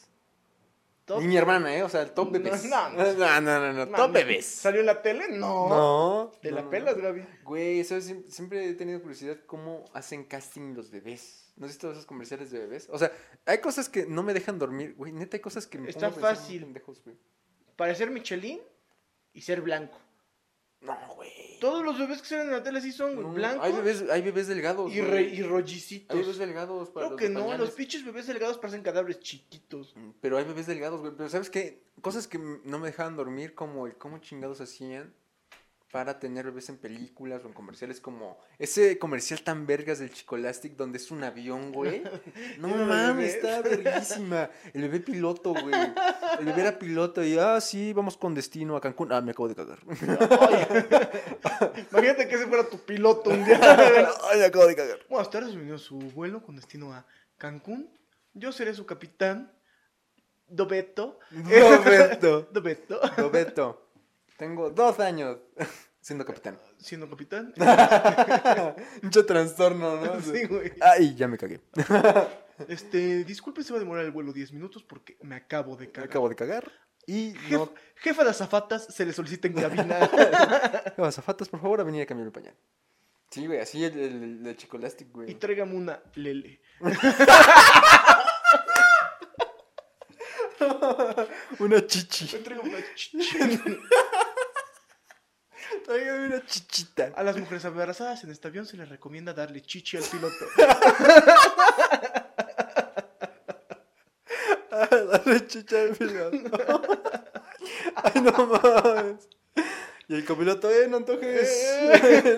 B: Top.
A: Ni mi hermana, ¿eh? O sea, el top bebés.
B: No,
A: No,
B: no.
A: no, no, no, top
B: Mames,
A: bebés.
B: ¿Salió en la tele? No.
A: No.
B: ¿Te
A: no,
B: la
A: no,
B: pelas,
A: no.
B: Gaby?
A: Güey, ¿sabes? Siem- siempre he tenido curiosidad cómo hacen casting los bebés. ¿No has visto esos comerciales de bebés? O sea, hay cosas que no me dejan dormir, güey. Neta, hay cosas que me
B: Está
A: pongo a pensar,
B: fácil.
A: pendejos, güey.
B: Para ser Michelin y ser blanco.
A: No, güey.
B: Todos los bebés que salen en la tele sí son güey,
A: No,
B: blancos
A: Hay bebés, hay bebés delgados.
B: y,
A: güey.
B: re- y
A: Hay bebés
B: rollicitos.
A: delgados para
B: Creo
A: los
B: que no,
A: pañales.
B: los pinches bebés delgados parecen cadáveres chiquitos.
A: Pero hay bebés delgados, güey. Pero ¿sabes qué? Cosas que m- no me dejaban dormir, como el cómo chingados hacían para tener bebés en películas o en comerciales, como ese comercial tan vergas del Chicolastic donde es un avión, güey. No
B: Tiene los
A: mames,
B: bebés.
A: está verguísima. El bebé piloto, güey. El bebé era piloto y, ah, sí, vamos con destino a Cancún. Ah, me acabo de cagar.
B: Oye, Imagínate que ese fuera tu piloto un día.
A: Ay, me acabo de cagar.
B: Buenas tardes, bienvenido a su vuelo con destino a Cancún. Yo seré su capitán, Dobeto.
A: Dobeto.
B: Dobeto.
A: Roberto, tengo dos años siendo capitán.
B: Siendo capitán.
A: Mucho trastorno, ¿no?
B: sí, güey.
A: Ay, ya me cagué.
B: Este, disculpe, se va a demorar el vuelo 10 minutos porque me acabo de
A: Me
B: cagar.
A: acabo de cagar. Y
B: Jef-
A: no.
B: Jefa de azafatas se le solicita en cabina.
A: Azafatas, por favor, a venir a cambiar el pañal. Sí, güey, así el, el, el, el chicolastic,
B: y
A: güey.
B: tráigame una lele.
A: Una chichi.
B: Tráigame una chichi.
A: Tráigame una chichita.
B: A las mujeres embarazadas en este avión se les recomienda darle chichi al piloto.
A: Dale chicha al piloto. Ay, no mames. Y el copiloto, eh, no antojes.
B: Eh,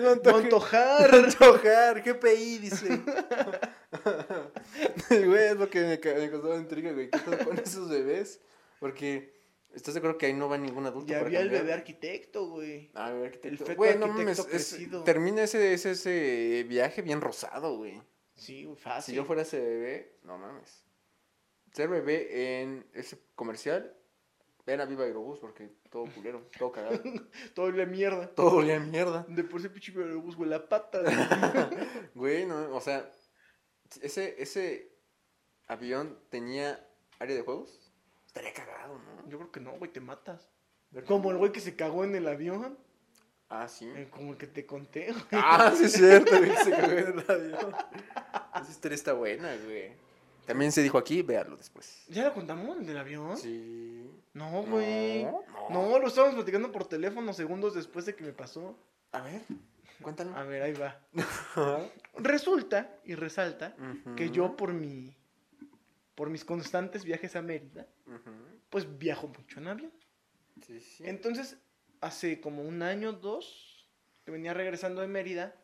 A: no
B: No
A: antojes.
B: antojar.
A: Antojar, GPI, dice. güey, es lo que me, ca- me causaba intriga, güey. ¿Qué tal con esos bebés? Porque, ¿estás de acuerdo que ahí no va ningún adulto?
B: Ya
A: para
B: había el
A: cambiar?
B: bebé arquitecto, güey.
A: Ah, el arquitecto.
B: El feto
A: Güey, no
B: arquitecto
A: mames, es-
B: crecido.
A: termina ese, ese, ese viaje bien rosado, güey.
B: ¿Ah, Sí, güey,
A: Si
B: fácil.
A: yo fuera ese bebé, no mames. Ser bebé en ese comercial era viva Aerobús porque todo culero, todo cagado.
B: Todo la mierda.
A: todo olía a mierda.
B: De por sí, pinche bebé, güey, la pata. güey.
A: Güey, no, o sea, ese, ese avión tenía área de juegos. Estaría cagado, ¿no?
B: Yo creo que no, güey, te matas. Como el güey que se cagó en el avión.
A: Ah, sí.
B: eh, Como el que te conté. güey.
A: Ah, sí es cierto, güey, se cagó en el avión. Esa historia está buena, güey. También se dijo aquí, véalo después.
B: ¿Ya lo contamos el del avión?
A: Sí.
B: No, güey.
A: No,
B: No. lo estábamos platicando por teléfono segundos después de que me pasó.
A: A ver, cuéntalo.
B: A ver, ahí va. Resulta y resalta que yo por mi por mis constantes viajes a Mérida,
A: Ujú,
B: pues viajo mucho en avión.
A: Sí, sí.
B: Entonces, hace como un año, dos, que venía regresando de Mérida,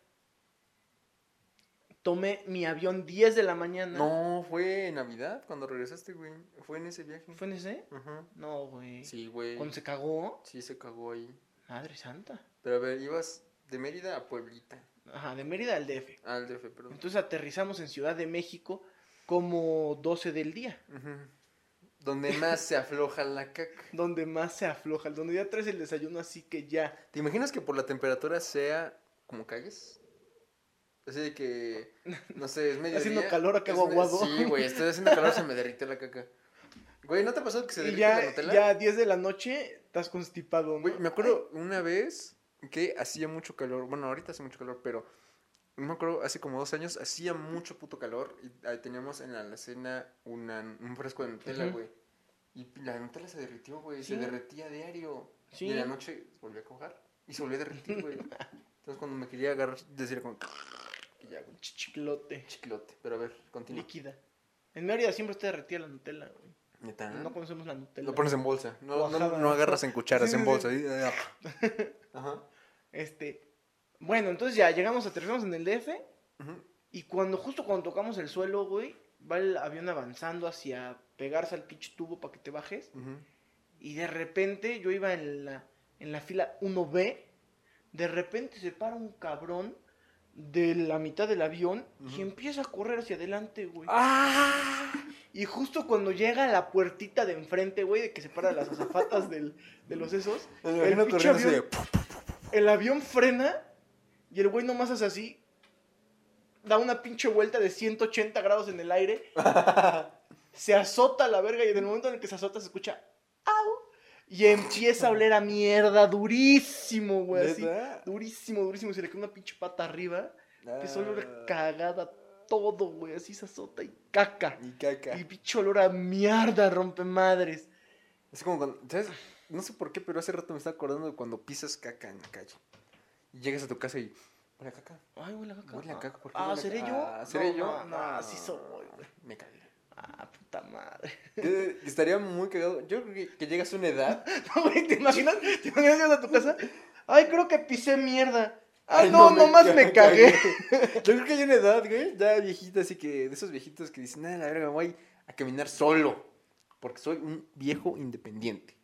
B: tomé mi avión 10 de la mañana.
A: No, fue en Navidad cuando regresaste, güey. Fue en ese viaje.
B: ¿Fue en ese?
A: Ajá.
B: No, güey.
A: Sí, güey.
B: Cuando se cagó,
A: Sí, se cagó ahí.
B: madre santa.
A: Pero a ver, ibas de Mérida a Pueblita.
B: Ajá, de Mérida al DF.
A: Al DF, perdón.
B: Entonces aterrizamos en Ciudad de México como 12 del día,
A: Ujú. Donde más se afloja la caca.
B: donde más se afloja, donde ya traes el desayuno así que ya.
A: ¿Te imaginas que por la temperatura sea como calles? Así de que, no sé, es medio
B: Haciendo calor acá, aguado.
A: Sí, güey, estoy haciendo calor, se me derritió la caca. Güey, ¿no te ha pasado que se
B: Y
A: derrite la
B: ya,
A: Nutella?
B: ya a 10 de la noche estás constipado, ¿no?
A: Güey, me acuerdo una vez que hacía mucho calor. Bueno, ahorita hace mucho calor, pero no me acuerdo, hace como dos años hacía mucho puto calor y ahí teníamos en la alacena una, un fresco de Nutella,
B: Ujú.
A: güey. Y la Nutella se derritió, güey,
B: Sí.
A: se derretía diario.
B: Sí.
A: Y en la noche volvió a coger y se volvió a derretir, güey. Entonces cuando me quería agarrar, decía como y ya, güey,
B: Chichiclote.
A: chiclote. Pero a ver, continúa.
B: Líquida. En Mérida siempre está derretida la Nutella, güey.
A: Neta.
B: No conocemos la Nutella.
A: Ah. Lo pones en bolsa. No, no,
B: Cuajada.
A: no agarras en cucharas,
B: Sí, sí,
A: en
B: sí.
A: bolsa. y- eh, Ajá.
B: Este. Bueno, entonces ya llegamos, aterrizamos en el DF.
A: Ujú.
B: Y cuando, justo cuando tocamos el suelo, güey, va el avión avanzando hacia pegarse al pinche tubo para que te bajes.
A: Ujú.
B: Y de repente yo iba en la, en la fila 1B. De repente se para un cabrón de la mitad del avión y
A: Ujú.
B: empieza a correr hacia adelante, güey.
A: ¡Ah!
B: Y justo cuando llega a la puertita de enfrente, güey, de que se para las azafatas del, de los esos,
A: Me
B: el,
A: imagino
B: pinche
A: corriendo así de,
B: avión, el avión frena y el güey nomás hace así. Da una pinche vuelta de 180 grados en el aire. se azota a la verga y en el momento en el que se azota se escucha ¡Au! Y empieza a oler a mierda durísimo, güey. Así,
A: ¿Neta?
B: durísimo, durísimo. Se le cae una pinche pata arriba. Que solo
A: Ah,
B: una cagada todo, güey. Así se azota y caca.
A: Y caca.
B: Y pinche olor a mierda, rompe madres.
A: Es como cuando, ¿sabes? No sé por qué, pero hace rato me estaba acordando de cuando pisas caca en la calle. Y llegas a tu casa y. Hola, caca.
B: Ay, huele a caca.
A: Huele a caca, ¿por qué
B: Ah,
A: huele a
B: ¿seré
A: caca?
B: yo?
A: Ah, ¿seré
B: No,
A: yo?
B: No,
A: No.
B: no, así soy, güey.
A: Me cagué.
B: Ah, puta madre.
A: Que- que Estaría muy cagado. Yo creo que, que llegas a una edad.
B: No, güey, ¿te imaginas? ¿Te imaginas llegas a tu casa? Ay, creo que pisé mierda. Ah,
A: Ay,
B: no, nomás
A: ca-
B: me cagué.
A: Yo creo que hay una edad, güey, ya viejita, así que de esos viejitos que dicen, nada, la verga, me voy a caminar solo. Porque soy un viejo independiente.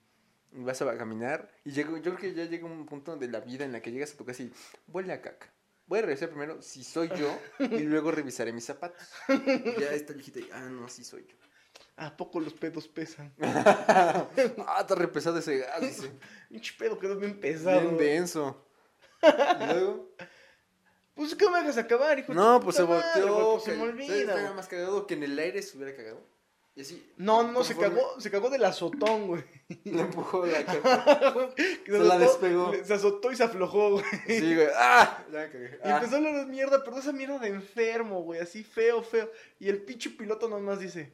A: Y vas a caminar. Y llego- yo creo que ya llega un punto de la vida en la que llegas a tu casa y huele a caca. Voy a revisar primero si soy yo y luego revisaré mis zapatos. Y ya está viejita y, ah, no, sí soy yo.
B: ¿A poco los pedos pesan?
A: ah, está re pesado ese gas, dice.
B: Pinche pedo quedó bien pesado.
A: Bien denso. Y luego.
B: Pues, ¿qué me dejas acabar, hijo? de
A: No,
B: tu
A: pues se
B: puta madre, güey?
A: volteó.
B: Pues, se me
A: ca- ¿sabes?
B: olvida.
A: Estaba
B: güey.
A: más cagado que en el aire se hubiera cagado. Y así.
B: No, no, se
A: conforme-
B: cagó, se cagó del azotón, güey.
A: Le empujó la cara.
B: Que
A: Se la despegó.
B: le- Se azotó y se aflojó, güey.
A: Sí, güey. ¡Ah! Ya me cagué.
B: Y
A: Ah.
B: empezó a hablar de mierda, pero esa mierda de enfermo, güey, así feo, feo. Y el pinche piloto nomás dice,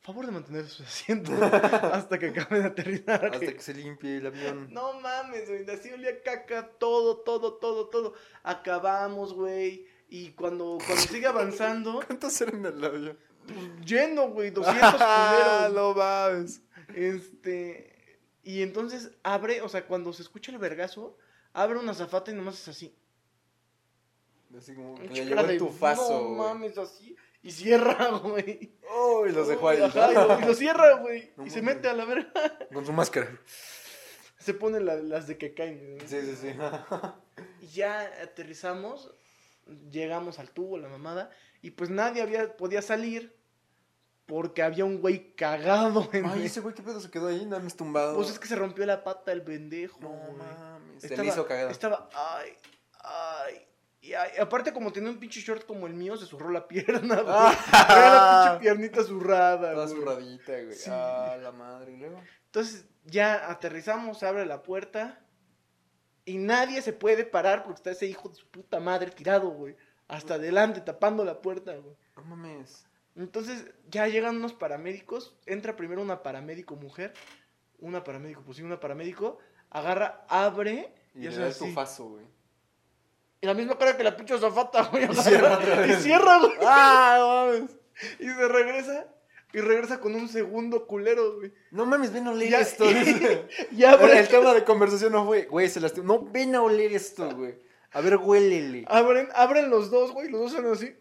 B: favor de mantener su asiento hasta que acaben de aterrizar.
A: Hasta
B: güey".
A: que se limpie el avión.
B: No mames, güey, así olía caca todo, todo, todo, todo. Acabamos, güey. Y cuando, cuando sigue avanzando,
A: ¿Cuántos eran en el avión?
B: lleno, güey, 200 primeros.
A: Ah, no mames.
B: Este. Y entonces abre, o sea, cuando se escucha el vergazo, abre una zafata y nomás es así.
A: Así como que
B: Pinche
A: le
B: cara
A: llegó el
B: de,
A: tufazo.
B: No
A: güey.
B: mames, así. Y cierra, güey.
A: Oh, y los dejó ahí.
B: Ajá, y lo, y lo cierra, güey.
A: No
B: y se
A: mames.
B: mete a la verga.
A: Con su máscara.
B: Se pone la- las de que caen. güey.
A: Sí, sí, sí.
B: Y ya aterrizamos, llegamos al tubo, la mamada. Y pues nadie había, podía salir porque había un güey cagado en
A: Ay,
B: el-
A: ese güey, ¿qué pedo se quedó ahí? Nada más tumbado.
B: Pues es que se rompió la pata el pendejo,
A: No
B: güey.
A: mames. Se
B: Estaba,
A: le hizo cagada.
B: Estaba, ay, ay. Y ay, aparte, como tenía un pinche short como el mío, se zurró la pierna, güey. Era la pinche piernita zurrada,
A: Toda
B: güey.
A: zurradita, güey.
B: Sí.
A: Ah, la madre. Y luego.
B: Entonces, ya aterrizamos, se abre la puerta. Y nadie se puede parar porque está ese hijo de su puta madre tirado, güey. Hasta adelante, tapando la puerta, güey.
A: No mames.
B: Entonces, ya llegan unos paramédicos. Entra primero una paramédico mujer. Una paramédico, pues sí, una paramédico. Agarra, abre.
A: Y le
B: hace
A: da
B: así.
A: tu faso, güey.
B: Y la misma cara que la pinche zafata, güey.
A: Y cierra
B: agarra,
A: otra
B: y
A: vez.
B: cierra, güey.
A: ¡Ah, no mames!
B: Y se regresa. Y regresa con un segundo culero, güey.
A: No mames, ven a oler
B: Ya-
A: esto.
B: Y abre,
A: el tema de conversación no fue, güey, se lastimó. No, ven a oler esto, güey. A ver, huélele.
B: abren, abren los dos, güey. Los dos son así.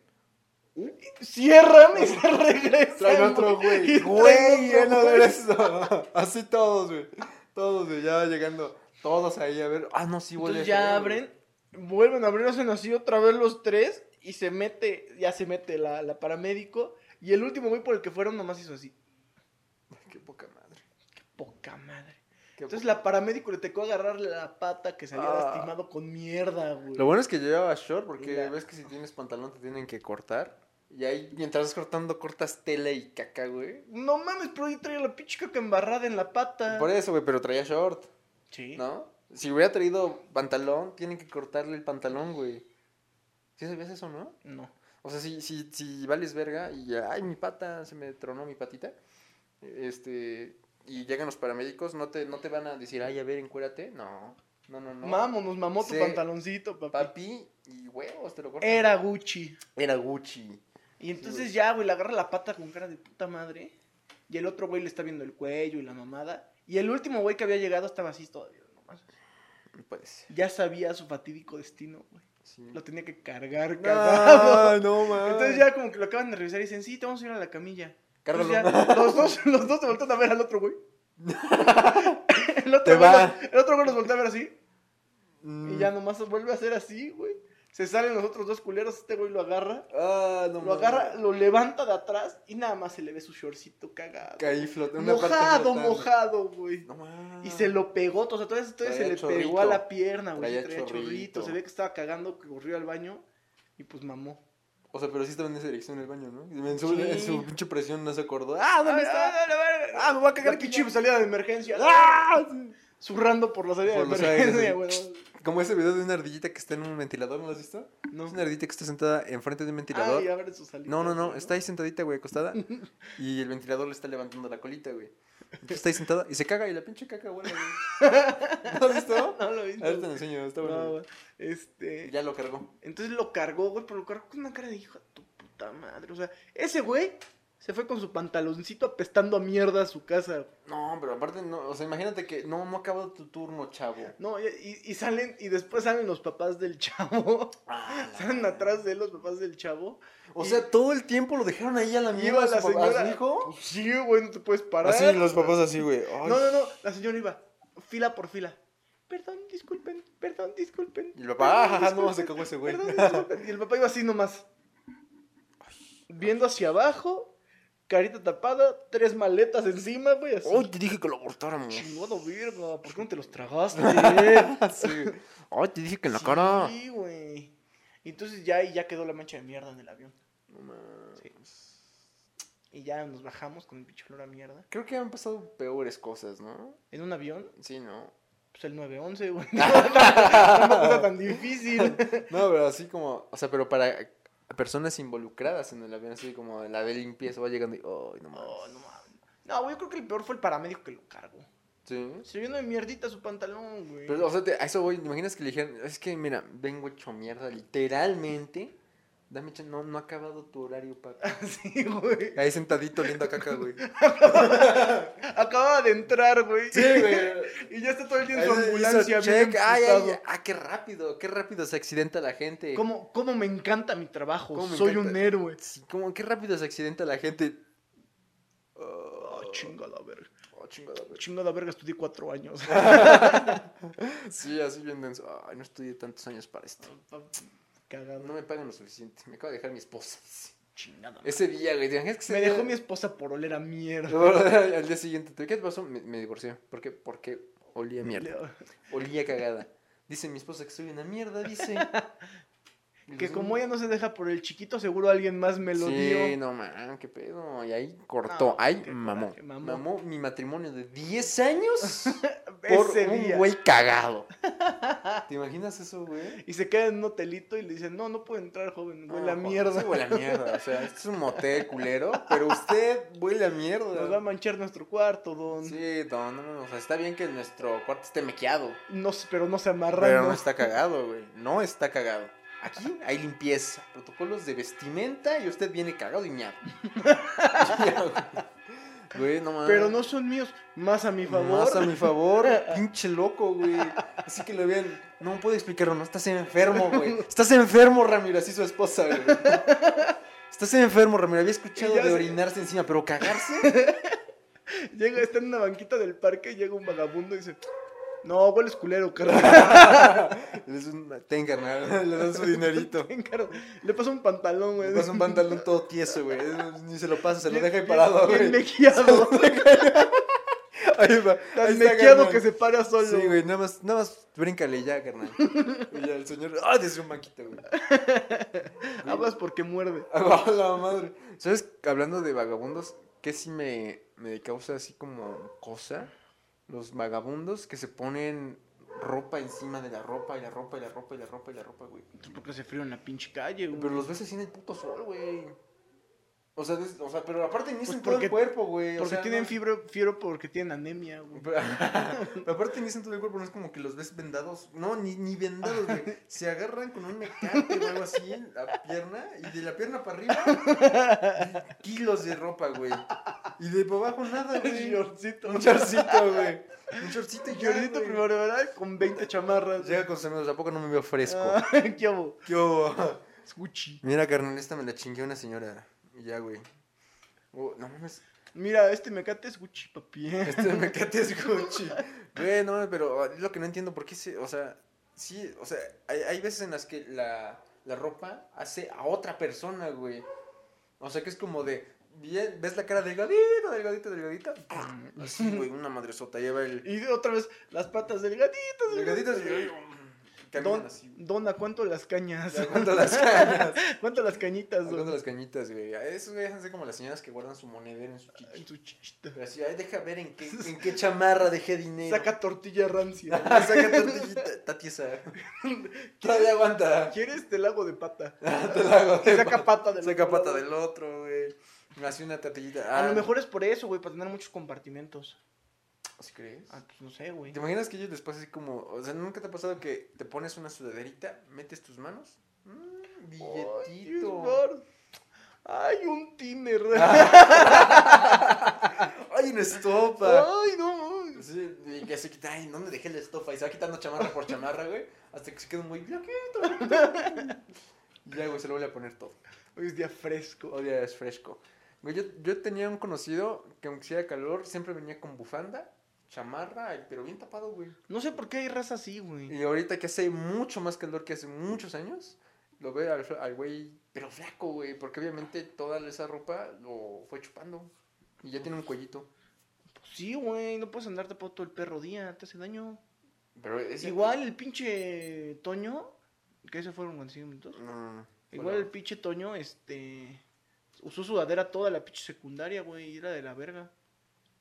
B: y Cierran y se regresan.
A: Trae otro, güey.
B: Y traen
A: Güey,
B: otro,
A: ven a oler
B: güey.
A: esto. Así todos, güey. Todos, güey, ya llegando. Todos ahí, a ver. Ah, no, sí huele.
B: Entonces ya
A: feo,
B: abren. Vuelven a abrir, hacen así otra vez los tres. Y se mete, ya se mete la, la paramédico. Y el último, güey, por el que fueron, nomás hizo así.
A: güey. Qué poca madre.
B: Poca madre.
A: Qué
B: Entonces
A: poca-
B: la paramédico le tocó agarrarle la pata que se había
A: Ah.
B: lastimado con mierda, güey.
A: Lo bueno es que llevaba short porque
B: La-
A: ves que si tienes pantalón te tienen que cortar. Y ahí, mientras estás cortando, cortas tela y caca, güey.
B: No mames, pero yo traía la pinche caca embarrada en la pata.
A: Por eso, güey, pero traía short.
B: Sí.
A: ¿No? Si hubiera traído pantalón, tienen que cortarle el pantalón, güey. ¿Sí sabías eso, no?
B: No.
A: O sea, si, si, si vales verga y ya, ay, mi pata, se me tronó mi patita, este, y llegan los paramédicos, no te, no te van a decir, ay, a ver, encuérate. No, no, no, no.
B: Vámonos, mamó tu
A: Sí.
B: pantaloncito, papi.
A: Papi y huevos, te lo cortan.
B: Era Gucci.
A: Era Gucci.
B: Y entonces
A: güey.
B: ya, güey, le agarra la pata con cara de puta madre. Y el otro güey le está viendo el cuello y la mamada. Y el último güey que había llegado estaba así todavía, nomás.
A: No puede ser.
B: Ya sabía su fatídico destino, güey.
A: pues, Sí.
B: Lo tenía que cargar, cagado.
A: No, no, man.
B: Entonces ya como que lo acaban de revisar y dicen, sí, te vamos a ir a la camilla.
A: Cárgalo.
B: Entonces Pues ya, los, dos, los dos se voltean a ver al otro güey. El otro,
A: Te
B: güey,
A: va.
B: los- el otro güey los voltea a ver así.
A: Mm.
B: Y ya nomás se vuelve a hacer así, güey. Se salen los otros dos culeros. Este güey lo agarra.
A: Ah, no,
B: Lo
A: man.
B: agarra, lo levanta de atrás. Y nada más se le ve su shortcito cagado.
A: Caí flotando. una parte
B: Mojado,
A: flotando.
B: mojado, güey.
A: No, man.
B: Y se lo pegó, o sea, todavía, todavía se
A: Traía
B: le pegó
A: chorrito.
B: a la pierna, güey.
A: Traía
B: Traía, chorrito.
A: chorrito.
B: Se ve que estaba cagando, que corrió al baño y pues mamó.
A: O sea, pero sí estaba en esa dirección en el baño, ¿no? En su,
B: Sí.
A: en su pinche presión no se acordó. ¡Ah,
B: Ah,
A: dónde está!
B: ah, la verga.
A: ¡Ah, me voy a
B: Cagar
A: cagar
B: que
A: aquí!
B: chip salida de emergencia.
A: ¡Ah!
B: Zurrando por la salida
A: Por
B: de
A: los aires,
B: emergencia,
A: así.
B: güey.
A: Como ese video de una ardillita que está en un ventilador, ¿no lo has visto?
B: No.
A: Es una ardillita que está sentada enfrente de un
B: Ah,
A: ventilador.
B: y abre su salida.
A: No, no, no, está ahí sentadita, güey, acostada. y el ventilador le está levantando la colita, güey. Entonces está ahí sentada y se caga y la pinche caca huele, güey. ¿No has visto?
B: No lo vi.
A: Ahorita te lo enseño, está bueno.
B: No,
A: güey.
B: güey. Este.
A: Ya lo cargó.
B: Entonces lo cargó, güey, pero lo cargó con una cara de hijo de tu puta madre. O sea, ese güey se fue con su pantaloncito apestando a mierda a su casa.
A: No, pero aparte, no, o sea, imagínate que no, no ha acabado tu turno, chavo.
B: No, y, y- y salen, y después salen los papás del chavo.
A: Ah, la
B: Salen
A: madre.
B: atrás de él los papás del chavo.
A: O sea, todo el tiempo lo dejaron ahí a la
B: Y iba
A: mierda
B: la
A: a su papá, a su
B: señora.
A: hijo.
B: Pues sí, güey, no te puedes parar.
A: Así, los papás así, güey. Ay.
B: No, no, no, la señora iba fila por fila. Perdón, disculpen, perdón, disculpen.
A: Y el papá,
B: perdón,
A: ah, jaja, no,
B: disculpen,
A: se cagó ese güey.
B: perdón, disculpen. Y el papá iba así nomás. Viendo hacia abajo, carita tapada, tres maletas encima, güey, así.
A: Ay, te dije que lo cortáramos.
B: Chingado, verga, ¿por qué no te los tragaste?
A: Así, güey. Ay, te dije que en la cara.
B: Sí, güey. Y Entonces ya, y ya quedó la mancha de mierda en el avión.
A: No mames.
B: Sí. Y ya nos bajamos con el pinche olor a mierda.
A: Creo que han pasado peores cosas, ¿no?
B: En un avión,
A: Sí, ¿no?
B: pues el 911, güey. No, no, no, cosa tan difícil.
A: No, pero así como, o sea, pero para personas involucradas en el avión, así como la de limpieza va llegando y, ay, no mames.
B: Oh, no mames. No, güey, yo creo que el peor fue el paramédico que lo cargó.
A: Sí.
B: Se llenó de mierdita su pantalón, güey.
A: Pero, Pues, o sea, te- a eso voy, ¿te imaginas que le dijeron, es que mira, vengo hecho mierda, literalmente. Dame chan- no, no ha acabado tu horario, papi.
B: Sí, güey.
A: Ahí sentadito oliendo a caca, güey.
B: Acababa de entrar, güey.
A: Sí, güey.
B: Y ya está todo el día en
A: Ahí
B: su
A: hizo
B: ambulancia, bien
A: check, ay, ay,
B: emputado.
A: ah, qué rápido, qué rápido se accidenta la gente.
B: ¿Cómo, cómo me encanta mi trabajo.
A: ¿Cómo me
B: Soy
A: encanta?
B: un héroe.
A: Sí, como, qué rápido se accidenta la gente.
B: Ah,
A: Oh,
B: chingada verga.
A: oh, chingada, güey.
B: Chingada verga, estudié cuatro años.
A: Sí, así bien denso. Ay, no estudié tantos años para esto.
B: Cagado.
A: No me pagan lo suficiente. Me acaba de dejar mi esposa.
B: Chingada.
A: Ese día, güey. ¿te imaginas que ese
B: Me
A: día-
B: dejó mi esposa por oler a mierda.
A: Al día siguiente, ¿qué te pasó? Me, me divorcié. ¿Por qué? Porque olía mierda. Olía cagada. Dice mi esposa que soy una mierda, dice.
B: Que como ella no se deja por el chiquito, seguro alguien más me lo
A: Sí,
B: dio.
A: no, man, qué pedo. Y ahí cortó.
B: No,
A: ahí
B: qué
A: mamó.
B: coraje,
A: mamó.
B: mamó.
A: mi matrimonio de 10 años por
B: Ese
A: un
B: día.
A: güey cagado. ¿Te imaginas eso, güey?
B: Y se queda en un hotelito y le dicen, no, no puede entrar, joven, huele a
A: No,
B: mierda.
A: sí Huele a mierda. O sea, este es un motel culero, pero usted huele a
B: Nos va a
A: mierda.
B: manchar nuestro cuarto, don.
A: Sí, no, no, no, o sea, está bien que nuestro cuarto esté mequeado.
B: No, se- pero no se
A: Pero
B: amarran.
A: no
B: ¿no?
A: está cagado, güey. No está cagado. Aquí hay limpieza, protocolos de vestimenta y usted viene cagado y miado. Güey, no mames.
B: Pero no son míos, más a mi favor.
A: Más a mi favor, pinche loco, güey. Así que lo vean. No puedo explicarlo, no estás enfermo, güey. Estás enfermo, Ramiro, así su esposa, güey. Estás enfermo, Ramiro. Había escuchado
B: Y ya
A: de
B: se-
A: orinarse encima, pero cagarse.
B: Llega, está en una banquita del parque y llega un vagabundo y dice, no, hueles culero, carnal.
A: Es un... Ten, carnal, le dan su dinerito.
B: Ven, carnal. Le pasa un pantalón, güey.
A: Le pasa un pantalón todo tieso, güey. Ni se lo pasa, se lo
B: Bien-
A: deja ahí
B: bien-
A: parado,
B: bien
A: güey.
B: mequeado.
A: Ahí va. ahí
B: Tan
A: está,
B: mequeado
A: carnal.
B: que se para solo.
A: Sí, güey, nada más, nada más bríncale ya, carnal. Y ya el señor, ah, desde un banquito, güey.
B: Hablas porque muerde.
A: A la madre. ¿Sabes? Hablando de vagabundos, ¿qué sí me, me causa así como cosa? Los vagabundos que se ponen ropa encima de la ropa y la ropa y la ropa y la ropa y la ropa, güey.
B: Porque se frío en la pinche calle, güey.
A: Pero los ves así en el puto sol, güey. O sea, des- o sea, pero aparte ni es
B: Pues
A: en todo el
B: porque-
A: cuerpo, güey. o
B: Porque
A: sea,
B: tienen
A: no-
B: fibro, fibro porque tienen anemia, güey.
A: Pero, pero aparte ni en todo el cuerpo, no es como que los ves vendados. No, ni, ni vendados, güey. Se agarran con un mecate o algo así en la pierna y de la pierna para arriba, kilos de ropa, güey. Y de para abajo nada, güey.
B: Yorcito.
A: Un shortcito, güey. Un shortcito y ya,
B: Yorcito
A: güey.
B: primero, ¿verdad? Con 20 chamarras.
A: Llega con sus amigos, ¿a poco no me veo fresco?
B: Ah, ¿Qué hago?
A: ¿Qué hubo?
B: Es Gucci.
A: Mira, carnal, esta me la chingué una señora. Y ya, güey. Oh, no mames.
B: Mira, este mecate es Gucci, papi.
A: Este mecate es Gucci. Güey, no, pero ah, es lo que no entiendo, ¿por qué se, o sea, sí, o sea, hay, hay veces en las que la, la ropa hace a otra persona, güey. O sea, que es como de, bien, ves la cara delgadita, delgadita, delgadita,
B: Mm.
A: así, güey, una madresota, lleva el...
B: Y otra vez, las patas delgaditas,
A: Delgadita,
B: delgaditas.
A: así, Caminan
B: Don,
A: así, güey.
B: dona, ¿cuánto las cañas?
A: Ya, ¿cuánto las cañas?
B: ¿Cuánto las cañitas? don?
A: Hablando de las cañitas, güey. Esos güeyes hacen como las señoras que guardan su monedero en su
B: En
A: chichi.
B: su chichita.
A: Pero así, ay, deja ver en qué, en qué chamarra dejé dinero.
B: Saca tortilla rancia.
A: Saca tortillita, tatiza. Todavía aguanta.
B: ¿Quieres? Te la hago de pata.
A: Te la hago de
B: Saca
A: pa-
B: pata del
A: Saca
B: otro
A: pata
B: lado.
A: del otro, güey. Me hace una tortillita.
B: A
A: Ah,
B: lo mejor es por eso, güey, para tener muchos compartimentos.
A: ¿Sí crees?
B: Ah, pues no sé, güey.
A: ¿Te imaginas que ellos les pasa así como, o sea, nunca te ha pasado que te pones una sudaderita, metes tus manos? Mm,
B: Ay, Dios,
A: billetito.
B: Lord. Ay, un tiner.
A: Ah, Ay, una estopa.
B: Ay, no. no.
A: Sí, y que se quita, ay, ¿dónde dejé la estopa? Y se va quitando chamarra por chamarra, güey, hasta que se queda muy blanquito. blanquito. Y ya, güey, se lo vuelve a poner todo.
B: Hoy es día fresco.
A: Odia es fresco. Güey, yo, yo tenía un conocido que aunque hacía calor, siempre venía con bufanda, chamarra, y- pero bien tapado, güey.
B: No sé por qué hay raza así, güey.
A: Y ahorita que hace mucho más calor que hace muchos años, lo ve al, al güey, pero flaco, güey, porque obviamente toda esa ropa lo fue chupando. Y ya tiene un cuellito.
B: Sí, güey, no puedes andarte por todo el perro día, te hace daño.
A: Pero ese-
B: Igual el pinche Toño, que ese fueron con cinco minutos.
A: No, no, no.
B: Igual
A: Bueno,
B: el pinche Toño, este. Usó sudadera toda la pinche secundaria, güey, y era de la verga.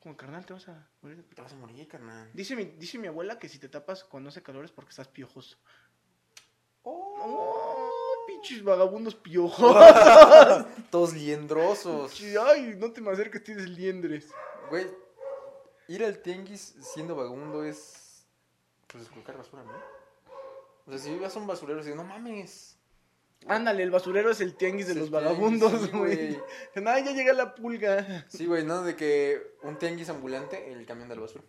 B: Como carnal, te vas a morir de
A: Te vas a morir, carnal.
B: Dice mi, dice mi abuela que si te tapas cuando hace calor es porque estás piojoso.
A: Oh.
B: ¡Oh! Pinches vagabundos piojos.
A: Todos liendrosos.
B: Ay, no te me acerques, tienes liendres.
A: Güey, ir al tianguis siendo vagabundo es. Pues esculcar basura, ¿no? O sea, si vivas un basurero, dices, no mames.
B: Ándale, el basurero es el tianguis de
A: Sí,
B: los
A: tianguis,
B: vagabundos,
A: sí,
B: güey. Nada, ya llega la pulga.
A: Sí, güey, no, de que un tianguis ambulante, el camión del basura.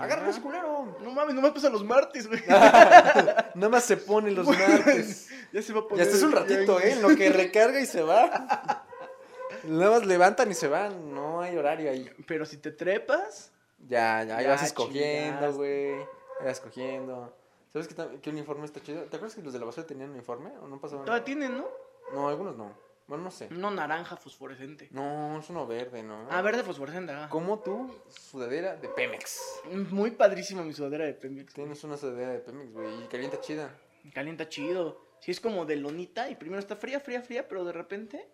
A: Agarra ese culero.
B: No mames, nomás pasa los martes, güey.
A: Ah, Nada más se pone los martes.
B: Ya se va a
A: Ya
B: poner.
A: estás
B: el
A: un ratito, ¿eh?
B: tianguis.
A: En lo que recarga y se va. Nada más levantan y se van. No hay horario ahí.
B: Pero si te trepas.
A: Ya, ya, ahí
B: Ya
A: vas escogiendo,
B: chingaste.
A: güey. Ahí vas escogiendo. ¿Sabes qué, tam- qué uniforme está chido? ¿Te acuerdas que los de la basura tenían uniforme? ¿O no pasaban?
B: Todavía tienen, ¿no?
A: No, algunos no. Bueno, no sé.
B: No naranja fosforescente.
A: No, es uno verde, ¿no?
B: Ah, verde fosforescente, ah.
A: Como tú, sudadera de Pemex.
B: Muy padrísima mi sudadera de Pemex.
A: Tienes una sudadera de Pemex, güey, y calienta chida.
B: Calienta chido. Si es como de lonita y primero está fría, fría, fría, pero de repente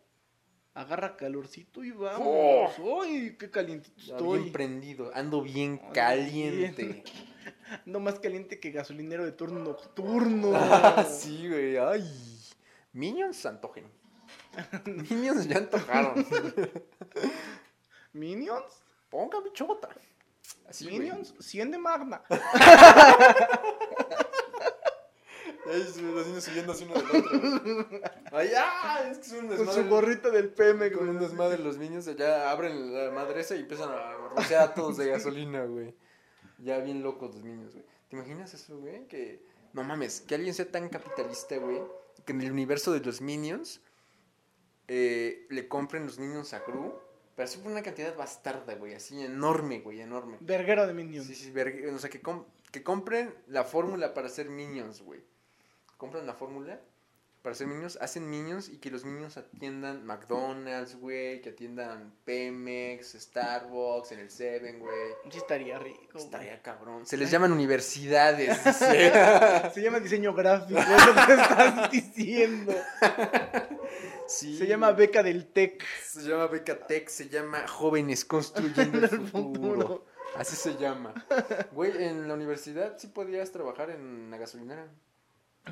B: agarra calorcito y vamos. ¡Ay, qué calientito
A: ¡Oh! Ya Bien
B: estoy!
A: prendido, ando bien
B: Ando
A: caliente.
B: bien. No más caliente que gasolinero de turno nocturno.
A: Ah, sí, güey, ay. Minions se antojen. Minions ya antojaron.
B: Minions,
A: Ponga bichota. Así, güey.
B: Minions, 100 de magna.
A: Ahí se- los niños huyendo así uno del otro. Ay, ah, es que es un
B: Con
A: desmadre.
B: su gorrita del PM,
A: Con un desmadre los niños allá abren la madre esa y empiezan a rociar a todos de gasolina, güey. Ya bien locos los niños, güey. ¿Te imaginas eso, güey? Que no mames, que alguien sea tan capitalista, güey, que en el universo de los Minions eh, le compren los Minions a Gru, pero así por una cantidad bastarda, güey, así enorme, güey, enorme.
B: Verguero de Minions.
A: Sí, sí, verga- o sea, que, com- que compren la fórmula para hacer minions, güey. Compran la fórmula para hacer minions, hacen minions y que los minions atiendan McDonald's, güey, que atiendan Pemex, Starbucks, en el Seven, güey.
B: Sí estaría rico. güey.
A: Estaría cabrón. Se les llaman universidades, dice.
B: Se llama diseño gráfico, es lo que estás diciendo.
A: Sí.
B: Se llama beca del TEC.
A: Se llama Beca Tech, se llama Jóvenes Construyendo el futuro. Así se llama. Güey, en la universidad sí podías trabajar en la gasolinera.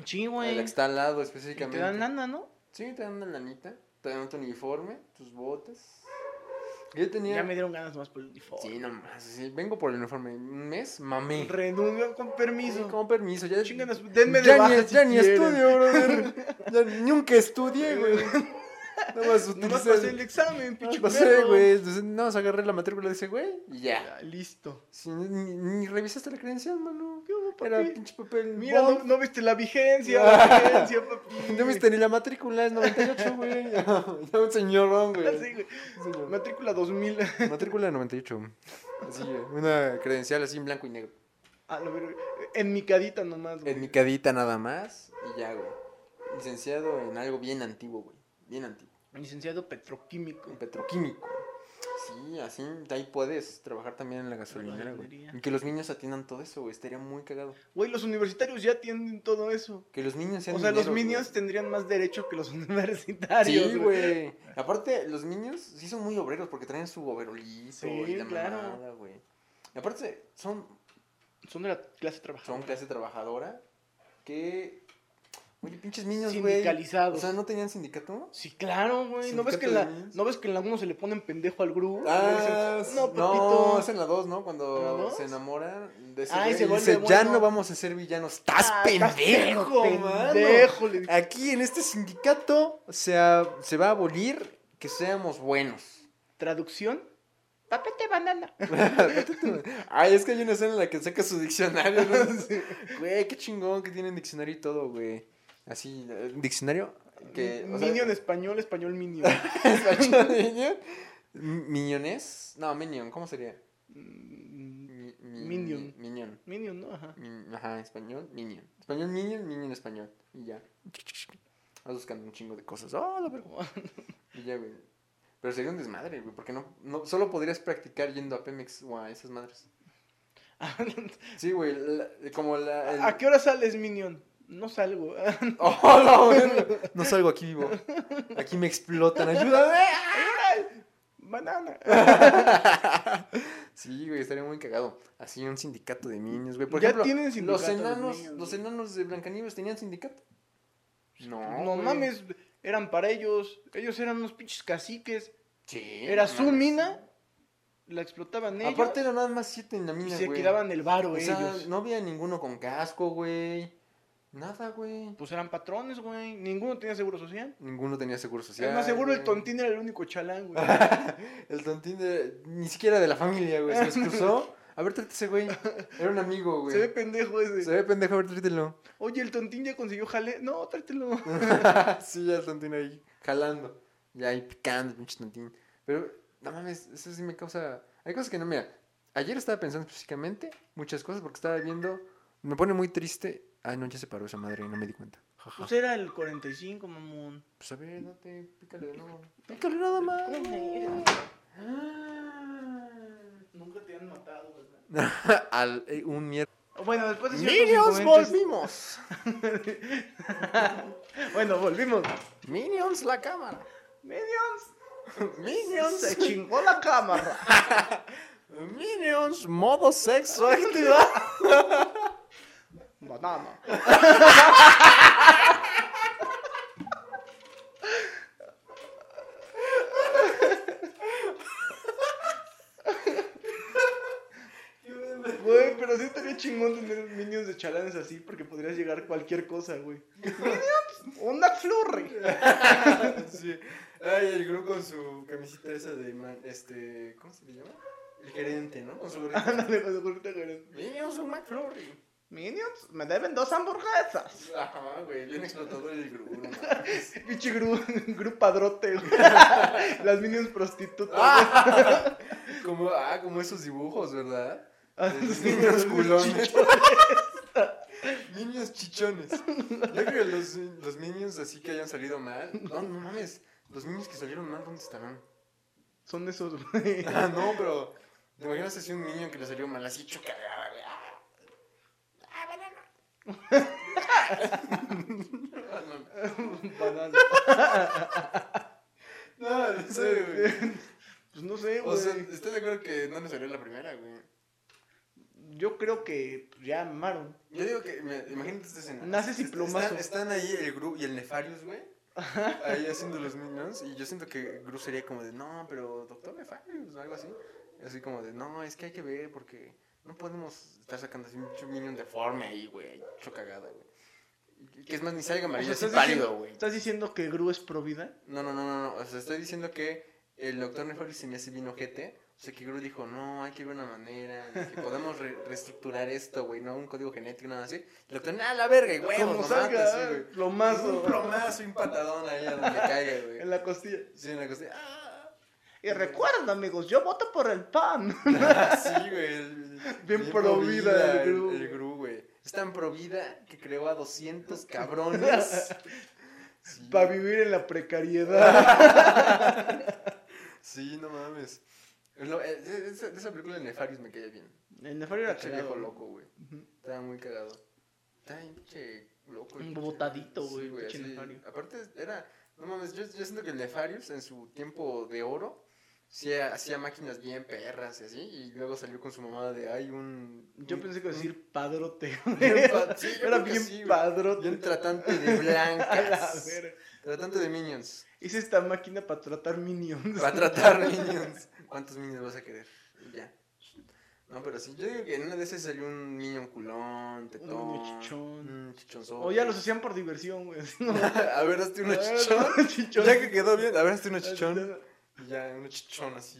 B: Sí,
A: La
B: güey.
A: que está al lado
B: Y
A: específicamente.
B: Te dan lana, ¿no?
A: Sí, te dan una lanita, te dan tu uniforme, tus botas. Yo tenía...
B: Ya me dieron ganas más por el uniforme.
A: Sí, nomás, sí, vengo por el uniforme. Un mes, mamé.
B: Renuncio con
A: Sí,
B: permiso.
A: con permiso, ya...
B: Chingan a su- denme de
A: ya
B: baja
A: ni,
B: si
A: ya ni
B: quieren.
A: estudio, brother. ya nunca estudié, güey. Nada más
B: Nomás
A: utilicé...
B: pasé el examen, pinche
A: Nada más pasé,
B: perro.
A: güey. Entonces, nada más agarré la matrícula de ese güey y ya.
B: Ya, listo.
A: Sí, ni, ni- ni revisaste la credencial, mano.
B: ¿Qué hubo,
A: Era
B: papi?
A: pinche papel.
B: Mira, no,
A: bond.
B: no viste la vigencia, la vigencia, papi.
A: No viste ni la matrícula, es 98, güey. Ya un señorón, güey.
B: Sí, güey.
A: Un señor.
B: Matrícula 2000.
A: Matrícula de 98. Así, güey, una credencial así en blanco y negro.
B: Ah, lo verga. En mi cadita nomás, güey.
A: En mi cadita nada más y ya, güey. Licenciado en algo bien antiguo, güey. Bien antiguo.
B: Licenciado petroquímico.
A: En petroquímico. Sí, así de ahí puedes trabajar también en la gasolinera, güey.
B: gasolinería.
A: Y que los niños atiendan todo eso, güey. Estaría muy cagado.
B: Güey, los universitarios ya tienen todo eso.
A: Que los niños sean
B: O sea, los
A: mineros, güey.
B: minions tendrían más derecho que los universitarios.
A: Sí, güey. Aparte, los niños sí son muy obreros porque traen su overolito
B: Sí,
A: y la
B: claro.
A: mamada, güey. Y aparte, son,
B: Son de la clase
A: son
B: trabajadora.
A: clase trabajadora que. Oye, pinches niños, güey. O
B: Sindicalizados.
A: sea, ¿no tenían sindicato?
B: Sí, claro, güey. ¿No, ves que en la-
A: Sindicato de niños.
B: ¿No ves que en la 1 se le ponen pendejo al grupo?
A: Ah,
B: Le dicen, no,
A: no,
B: papito.
A: es en la 2, ¿no? Cuando
B: ¿En la dos?
A: se enamoran de ese
B: Ah, y
A: güey
B: se
A: y
B: vuelve
A: dice, ya
B: bueno".
A: no vamos a ser villanos. ¡Estás
B: Ah,
A: pendejo,
B: estás pendejo,
A: mano!
B: pendejo, le dije.
A: Aquí en este sindicato se, a- se va a abolir que seamos buenos.
B: Traducción. Papete banana.
A: Ay, es que hay una escena en la que saca su diccionario. ¿no?
B: Sí.
A: Güey, qué chingón que tienen diccionario y todo, güey. Así, eh, diccionario. Que, o sea,
B: Minion español, español minion.
A: español, minion. M- Minionés. No, minion, ¿cómo sería?
B: Mm,
A: Mi- mi-
B: Minion.
A: Minion.
B: minion, ¿no? Ajá.
A: Min- Ajá, español, minion. Español, minion, minion, español. Y ya. Vas buscando un chingo de cosas. ¡Ah, la verga! Y ya, güey. Pero sería un desmadre, güey, porque no, no, solo podrías practicar yendo a Pemex o a esas madres. Sí, güey, la- como la... el-
B: ¿A qué hora sales, minion? No salgo.
A: ¡Oh, la verga! No salgo aquí vivo. Aquí me explotan. ¡Ayúdame!
B: banana.
A: Sí, güey, estaría muy cagado. Así un sindicato de niños, güey. Por
B: Ya
A: ejemplo,
B: tienen
A: los
B: sindicato los
A: enanos,
B: niños,
A: los
B: güey.
A: enanos de Blancanieves tenían sindicato. No,
B: No
A: güey.
B: mames, eran para ellos. Ellos eran unos pinches caciques.
A: Sí,
B: Era
A: no
B: su
A: mames.
B: mina, la explotaban ellos.
A: Aparte eran nada más siete en la
B: y
A: mina,
B: se
A: güey.
B: quedaban el varo
A: O sea,
B: ellos.
A: no había ninguno con casco, güey. Nada, güey.
B: Pues eran patrones, güey. Ninguno tenía seguro social.
A: Ninguno tenía seguro social.
B: es más seguro el
A: güey. Ah,
B: tontín era el único chalán, güey.
A: el tontín de... Ni siquiera de la familia, güey. Se les cruzó. A ver, trátate ese güey. Era un amigo, güey.
B: se ve pendejo ese.
A: Se ve pendejo, a ver, trítelo.
B: Oye, el tontín ya consiguió jale. No, tráetelo.
A: sí, ya el tontín ahí jalando. Ya ahí picando, pinche tontín. Pero, no mames, eso sí me causa. Hay cosas que no, mira. Ayer estaba pensando específicamente muchas cosas porque estaba viendo. Me pone muy triste. Ay, no, ya se paró esa madre, no me di cuenta. Jaja.
B: Pues era el 45, mamón.
A: Pues a ver, date, pícale de nuevo. Pícale nada más.
B: Nunca te han matado, ¿verdad?
A: Al, eh, un mierda.
B: Bueno, después
A: Pues,
B: de
A: Minions,
B: ciertos inconvenientes-
A: volvimos.
B: Bueno, volvimos.
A: Minions, la cámara.
B: Minions. Se
A: Minions,
B: chingó la cámara.
A: Minions, modo sexo activado.
B: Banana. Güey, pero sí estaría chingón tener minions de chalanes así porque podrías llegar cualquier cosa, güey. ¿Minions? ¡Onda flurry!
A: sí. Ay, el grupo con su camiseta esa de man- este, ¿cómo se le llama? El gerente, ¿no? Con su gorrita.
B: Ándale, con su gorrita, güey.
A: Minions un McFlurry.
B: ¿Minions? Me deben dos hamburguesas.
A: Ajá, güey, bien explotador el grupo. no mames.
B: Pinche gru, gru padrote, güey. Las minions prostitutas.
A: Ah, como, ah, como esos dibujos, ¿verdad?
B: güey.
A: de niños culones.
B: Chichos.
A: Minions chichones. Yo creo que los, los minions así que hayan salido mal. No, no mames. Los minions que salieron mal, ¿dónde estarán?
B: Son esos, güey.
A: Ah, no, pero. ¿Te imaginas así un minion que le salió mal así chocada, güey? Ah, ah, banana. Ah, no.
B: Banana.
A: No, en serio, güey.
B: Pues no sé,
A: O
B: güey.
A: sea, estoy de acuerdo que no nos salió la primera, güey.
B: Yo creo que pues, ya amaron.
A: Yo digo que, mira, imagínate esta escena.
B: Naces y
A: Est-
B: plomazo.
A: Están, están ahí el Gru y el Nefarius, güey. Ahí haciendo los minions. Y yo siento que Gru sería como de, no, pero doctor Nefarius o algo así. Así como de, no, es que hay que ver porque no podemos estar sacando así un minion deforme ahí, güey. Hecho cagada, güey. Y- y Que es más, ni salga amarillo,
B: O sea,
A: así
B: ¿estás
A: pálido,
B: diciendo-
A: güey.
B: ¿Estás diciendo que Gru es pro vida?
A: No, no, no, no, no. O sea, estoy diciendo que el doctor Nefarius se me hace bien ojete. O sea, que Gru dijo, no, hay que ver una manera, de que podemos re- reestructurar esto, güey, no un código genético, nada así. El doctor, ah, la verga, y huevos,
B: Como
A: lo
B: salga, eh,
A: mata, sí, güey.
B: plomazo.
A: Un plomazo y un patadón ahí a donde caiga,
B: En
A: güey.
B: la costilla.
A: Sí, en la costilla. Ah.
B: Y recuerden, amigos, yo voto por el pan.
A: sí, güey. el-
B: Bien pro vida el Gru.
A: El, el Gru, güey. Es tan pro vida que creó a 200 cabrones. Sí,
B: Para vivir en la precariedad.
A: Sí, no mames. No, eh, eh, esa, de esa película de Nefarius me caía bien.
B: El Nefario era
A: Ese
B: cagado.
A: viejo loco, güey.
B: Ujú.
A: Estaba muy cagado. Estaba bien pinche loco.
B: Un
A: pinche-
B: botadito, güey, pinche
A: así.
B: Nefarius.
A: Aparte, era. No mames, yo, yo siento que el Nefarius en su tiempo de oro. Sí, hacía máquinas bien perras y así, y luego salió con su mamá de, hay un...
B: Yo
A: un-
B: pensé que iba a
A: un
B: decir padrote.
A: Bien pa- sí, yo
B: era
A: creo que
B: bien
A: sí, güey.
B: padrote.
A: Y un tratante de
B: A la
A: blancas.
B: verga.
A: tratante de minions.
B: Hice esta máquina para tratar minions.
A: Para tratar minions. ¿Cuántos minions vas a querer? Y ya. No, pero sí, yo digo que en una de esas salió un minion culón, tetón.
B: niño chichón.
A: Un chichonzote.
B: O ya los hacían por diversión, güey. No,
A: a ver, hazte uno chichón.
B: chichón.
A: Ya que quedó bien, a ver, hazte uno chichón. Y ya, uno chichón así.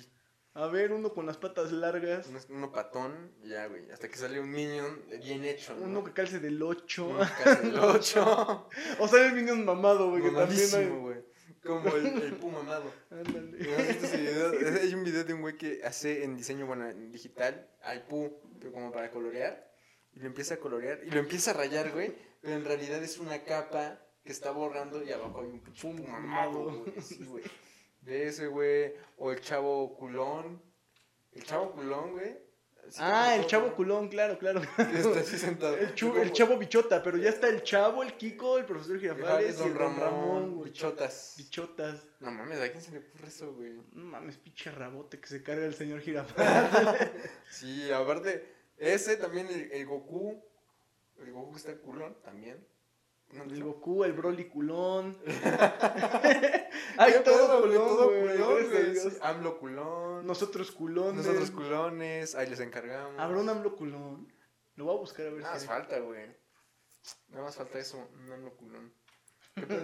B: A ver, uno con las patas largas.
A: Uno, uno patón, y ya, güey. Hasta que salió un minion bien hecho. ¿no?
B: Uno que calce del 8.
A: Uno que hace el ocho.
B: O sale el minion mamado, güey. Que también
A: Mamadísimo,
B: hay.
A: güey. Como el, el puma amado.
B: Ándale.
A: ¿Has visto ese este video? Hay un video de un güey que hace en diseño, bueno, en digital, al pu, pero como para colorear. Y lo empieza a colorear y lo empieza a rayar, güey. Pero en realidad es una capa que está borrando y abajo hay un pinche
B: Un
A: puma mamado, güey. así, güey. De ese, güey. O el chavo culón. El chavo culón, güey. Así
B: Ah,
A: como
B: el chavo
A: todo,
B: culón, claro, claro.
A: ¿no? Que está así sentado.
B: El, chu-
A: Como-
B: el chavo bichota, pero ya está el chavo, el Kiko, el profesor Girafales y
A: Don
B: el Don Ramón,
A: Ramón,
B: güey.
A: bichotas.
B: Bichotas.
A: No mames, ¿a quién se le ocurre eso, güey?
B: No mames, pinche rabote que se carga el señor Girafales.
A: Sí, aparte, ese también, el, el Goku. El Goku que está culón también. No,
B: El
A: no.
B: Goku, el Broly culón. Ay,
A: ¿Qué
B: todo
A: pedo, güey?
B: culón,
A: Todo
B: güey,
A: culón,
B: gracias a
A: güey,
B: Dios.
A: sí, AMLO culón.
B: Nosotros culones.
A: Nosotros culones. Ahí les encargamos.
B: Habrá un AMLO culón. Lo voy a buscar a ver
A: Nada más
B: si. hay.
A: falta, güey. Nada más falta eso, un AMLO culón. ¿Qué pedo?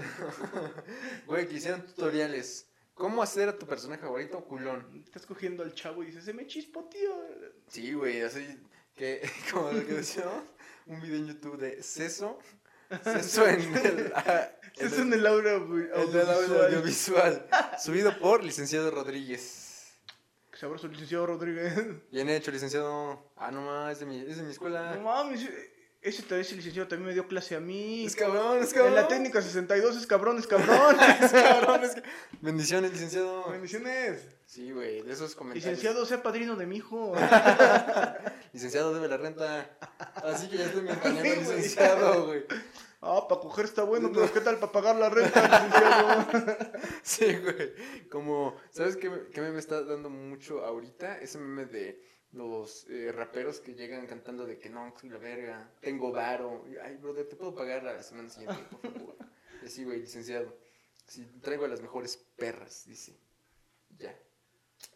A: Güey, que hicieran tutoriales. ¿Cómo hacer a tu personaje favorito culón?
B: Estás cogiendo al chavo y dices, se me chispo, tío.
A: Sí, güey, así que, como lo que decíamos, un video en YouTube de seso. Seso en el.
B: Es en el aura güey,
A: El de la
B: audiovisual.
A: audiovisual. Subido por licenciado Rodríguez.
B: Sabroso, licenciado Rodríguez.
A: Bien hecho, licenciado. Ah, no más, es de mi, es de mi
B: No
A: escuela.
B: mames, ese, tal vez el licenciado también me dio clase a mí.
A: Es cabrón, es cabrón.
B: En la técnica 62 es cabrón, es cabrón.
A: Es cabrón, es que- Bendiciones, licenciado.
B: Bendiciones.
A: Sí, güey, de esos comentarios.
B: Licenciado, sea padrino de mi hijo.
A: Licenciado, debe la renta. Así que ya estoy ventaneando,
B: Sí, güey.
A: licenciado, güey.
B: Ah, para coger está bueno, pero ¿qué tal para pagar la renta, licenciado?
A: Sí, güey. Como, ¿sabes qué, me- qué meme está dando mucho ahorita? Ese meme de los eh, raperos que llegan cantando de que no, soy la verga, tengo varo. Y, Ay, brother, te puedo pagar la semana siguiente, por favor. Y así, güey, licenciado. Sí, traigo a las mejores perras, dice. Ya.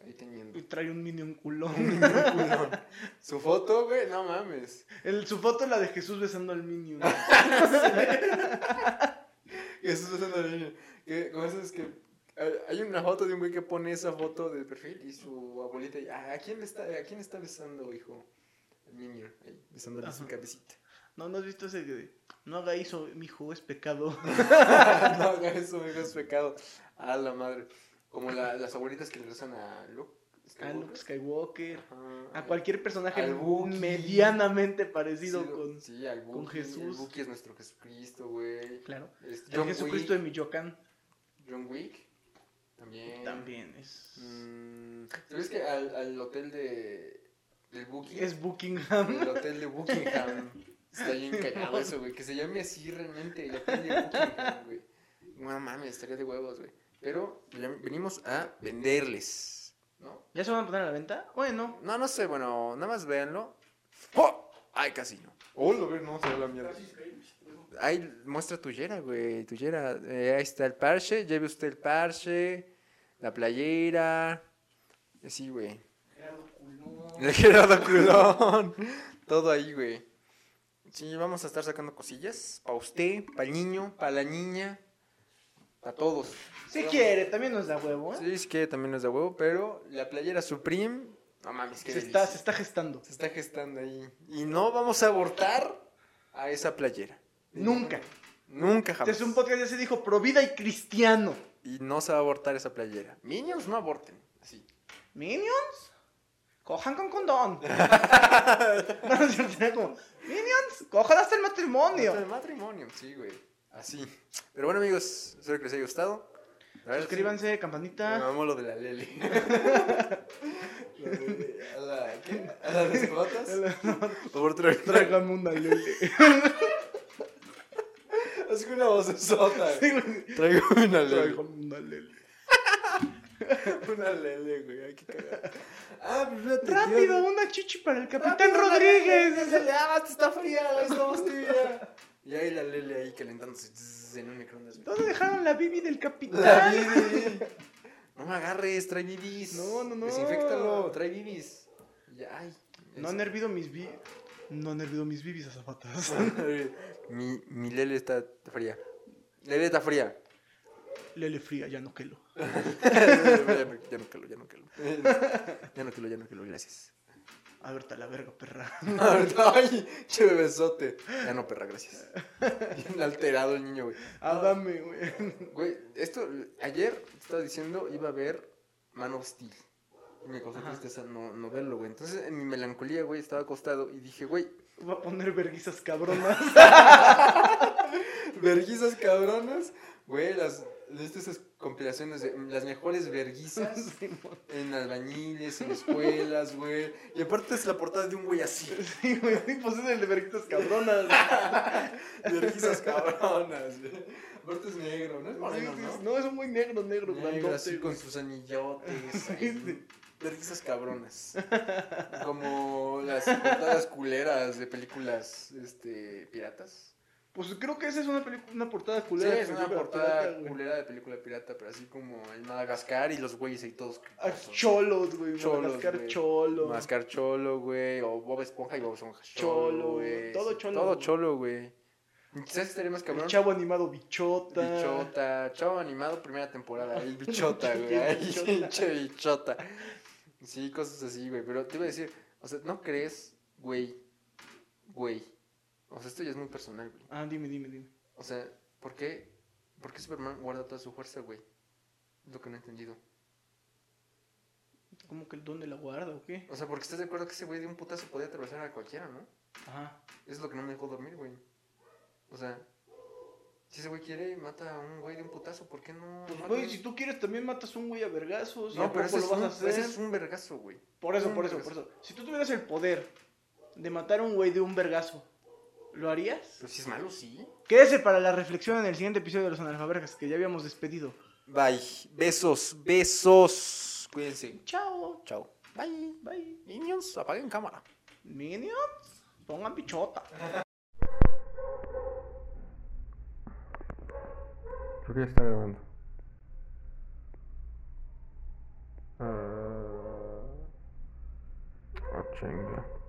A: Ahí teniendo.
B: Y trae un minion culón.
A: Un culón. Su foto, güey, no mames.
B: El, su foto es la de Jesús besando al minion.
A: Eso es una niña. Que, como esas que hay- hay una foto de un güey que pone esa foto de perfil y su abuelita, y, "Ah, ¿a quién le está, a quién está besando, hijo? El niño, ahí, besándole su
B: Ajá.
A: cabecita.
B: No, ¿no has visto ese que de, no haga eso, mijo, es pecado?
A: no haga eso, hijo, es pecado. A la madre. Como la- las abuelitas que le rezan a Luke.
B: A Luke Skywalker,
A: Ajá,
B: a cualquier personaje
A: Al Buki.
B: medianamente
A: Sí,
B: parecido
A: lo-
B: con...
A: sí, al
B: con
A: Buki, el
B: Jesús.
A: Buki es nuestro Jesucristo, güey.
B: Claro.
A: Es
B: El
A: John
B: Jesucristo de
A: Wick.
B: Michoacán
A: John Wick. También.
B: también es...
A: Mm, ¿Sabes que al, al hotel de. del Booking?
B: Es Buckingham.
A: El hotel de Buckingham. Está bien cagado eso, güey. Que se llame así realmente. El hotel de Buckingham, güey. No mames, estaría de huevos, güey. Pero pues, ya venimos a venderles, ¿no?
B: ¿Ya se van a poner a la venta? Bueno.
A: No, no sé, bueno, nada más véanlo. ¡Oh! ¡Ay, casi no! ¡Oh, lo ver, no, se ve la mierda! Ahí muestra tu yera, güey, tu yera. Eh, ahí está el parche, lleve usted el parche, la playera. Así, güey. El Gerardo Culón. Todo ahí, güey. Sí, vamos a estar sacando cosillas. Para usted, para el niño, para la niña. Para todos.
B: Si quiere, también nos da huevo, ¿eh?
A: Sí, es que también nos da huevo, pero la playera Supreme. No mames, que
B: se, está, se está gestando.
A: se está gestando ahí. Y no vamos a abortar a esa playera.
B: Nunca.
A: Nunca jamás.
B: Este es un podcast, ya se dijo, pro vida y cristiano.
A: Y no se va a abortar esa playera. Minions no aborten. Así.
B: ¿Minions? Cojan con condón. no, no es cierto, era como, ¿Minions? Cojan hasta el matrimonio.
A: Hasta El matrimonio, sí, güey. Así. Pero bueno, amigos, espero que les haya gustado. ver,
B: Suscríbanse,
A: Me
B: campanita.
A: mamó lo de la Lele. Lo de- ¿A la qué? ¿A la de Cebatas? Por traer traer.
B: Tráigame una lele.
A: Así que una voz sota.
B: Tráigame
A: Traigo una Lele.
B: una lele.
A: Una Lele, güey. Aquí cagada. Ah, pues fíjate.
B: Rápido,
A: tío.
B: una chichi para el Capitán
A: Rápido, una Lele,
B: Rodríguez.
A: Lele, Ah, te está fría, la estamos tibia. Y ahí la Lele ahí calentándose tss, en un microondas. güey.
B: ¿Dónde dejaron la bibi del
A: La
B: Capitán?
A: Lele. No me agarres, trae bibis.
B: No, no, no.
A: Desinféctalo, trae bibis. Ya, ay.
B: No han hervido mis bi... No han hervido mis bibis, azafatas.
A: mi, mi Lele está fría. Lele está fría.
B: Lele fría, ya no quelo.
A: ya, no, ya no calo, ya no calo. Ya no calo, ya no calo, gracias.
B: A ver, la verga, perra.
A: Ay, che besote. Ya no, perra, gracias. Bien alterado el niño, güey.
B: Adame, güey.
A: Ah, Güey, esto, ayer te estaba diciendo, iba a ver Man of Steel. Y me causó
B: Ajá.
A: tristeza no, no verlo, güey. Entonces, en mi melancolía, güey, estaba acostado y dije, güey,
B: Va a poner verguizas cabronas.
A: verguizas cabronas, güey, las, estas compilaciones de las mejores verguizas
B: Simón.
A: En albañiles, en escuelas, güey. Y aparte es la portada de un güey así.
B: Sí, güey, sí, pues es el de verguizas cabronas.
A: De risas cabronas, güey. Aparte es negro, ¿no? Es
B: Sí,
A: moreno,
B: sí,
A: ¿no?
B: No, es un muy negro, negro,
A: Negro, así
B: grandote,
A: con
B: güey.
A: sus anillotes.
B: Sí, sí.
A: ahí. De risas cabronas. Como las portadas culeras de películas este, piratas.
B: Pues creo que esa es una, pelicu- una portada
A: Sí,
B: culera.
A: es
B: de
A: una
B: película
A: portada
B: pirata, güey.
A: culera de película pirata, pero así como en Madagascar y los güeyes ahí todos.
B: Ah,
A: cricosos.
B: Cholos, güey.
A: Cholos,
B: Madagascar
A: güey.
B: Cholo.
A: Mascar cholo, güey. O Bob Esponja y Bob Esponja
B: Cholo,
A: cholo, güey.
B: todo
A: sí,
B: cholo,
A: Todo
B: güey.
A: cholo, güey. ¿Sabes estaría más
B: El
A: cabrón?
B: chavo animado bichota.
A: Bichota. Chavo animado, primera temporada. El bichota, güey.
B: El
A: Ay,
B: bichota.
A: pinche bichota. Sí, cosas así, güey. Pero te iba a decir, o sea, ¿no crees, güey? Güey. O sea, esto ya es muy personal, güey.
B: Ah, dime, dime, dime.
A: O sea, ¿por qué, ¿por qué Superman guarda toda su fuerza, güey? Es Lo que no he entendido.
B: ¿Cómo que el dónde la guarda o qué?
A: O sea, porque estás de acuerdo que ese güey de un putazo podía atravesar a cualquiera, ¿no?
B: Ajá.
A: Eso es lo que no me dejó dormir, güey. O sea, si ese güey quiere, mata a un güey de un putazo, ¿por qué no?
B: Pues,
A: mata a
B: güey,
A: un-
B: si tú quieres también matas un güey a vergazos.
A: no, pero ese es,
B: eso lo vas
A: un,
B: a hacer.
A: ese es un vergazo, güey.
B: Por eso,
A: un
B: por eso, por
A: vergazo.
B: eso. Si tú tuvieras el poder de matar a un güey de un vergazo, ¿lo harías?
A: Pero si es malo, sí.
B: Quédese para la reflexión en el siguiente episodio de Los Analfabergas que ya habíamos despedido.
A: Bye. Besos, besos. Cuídense.
B: Chao.
A: Chao. Bye.
B: Bye.
A: Niños, apaguen cámara.
B: Minions, pongan pichota.
A: Creo que ya está grabando. Ah, ah, chinga.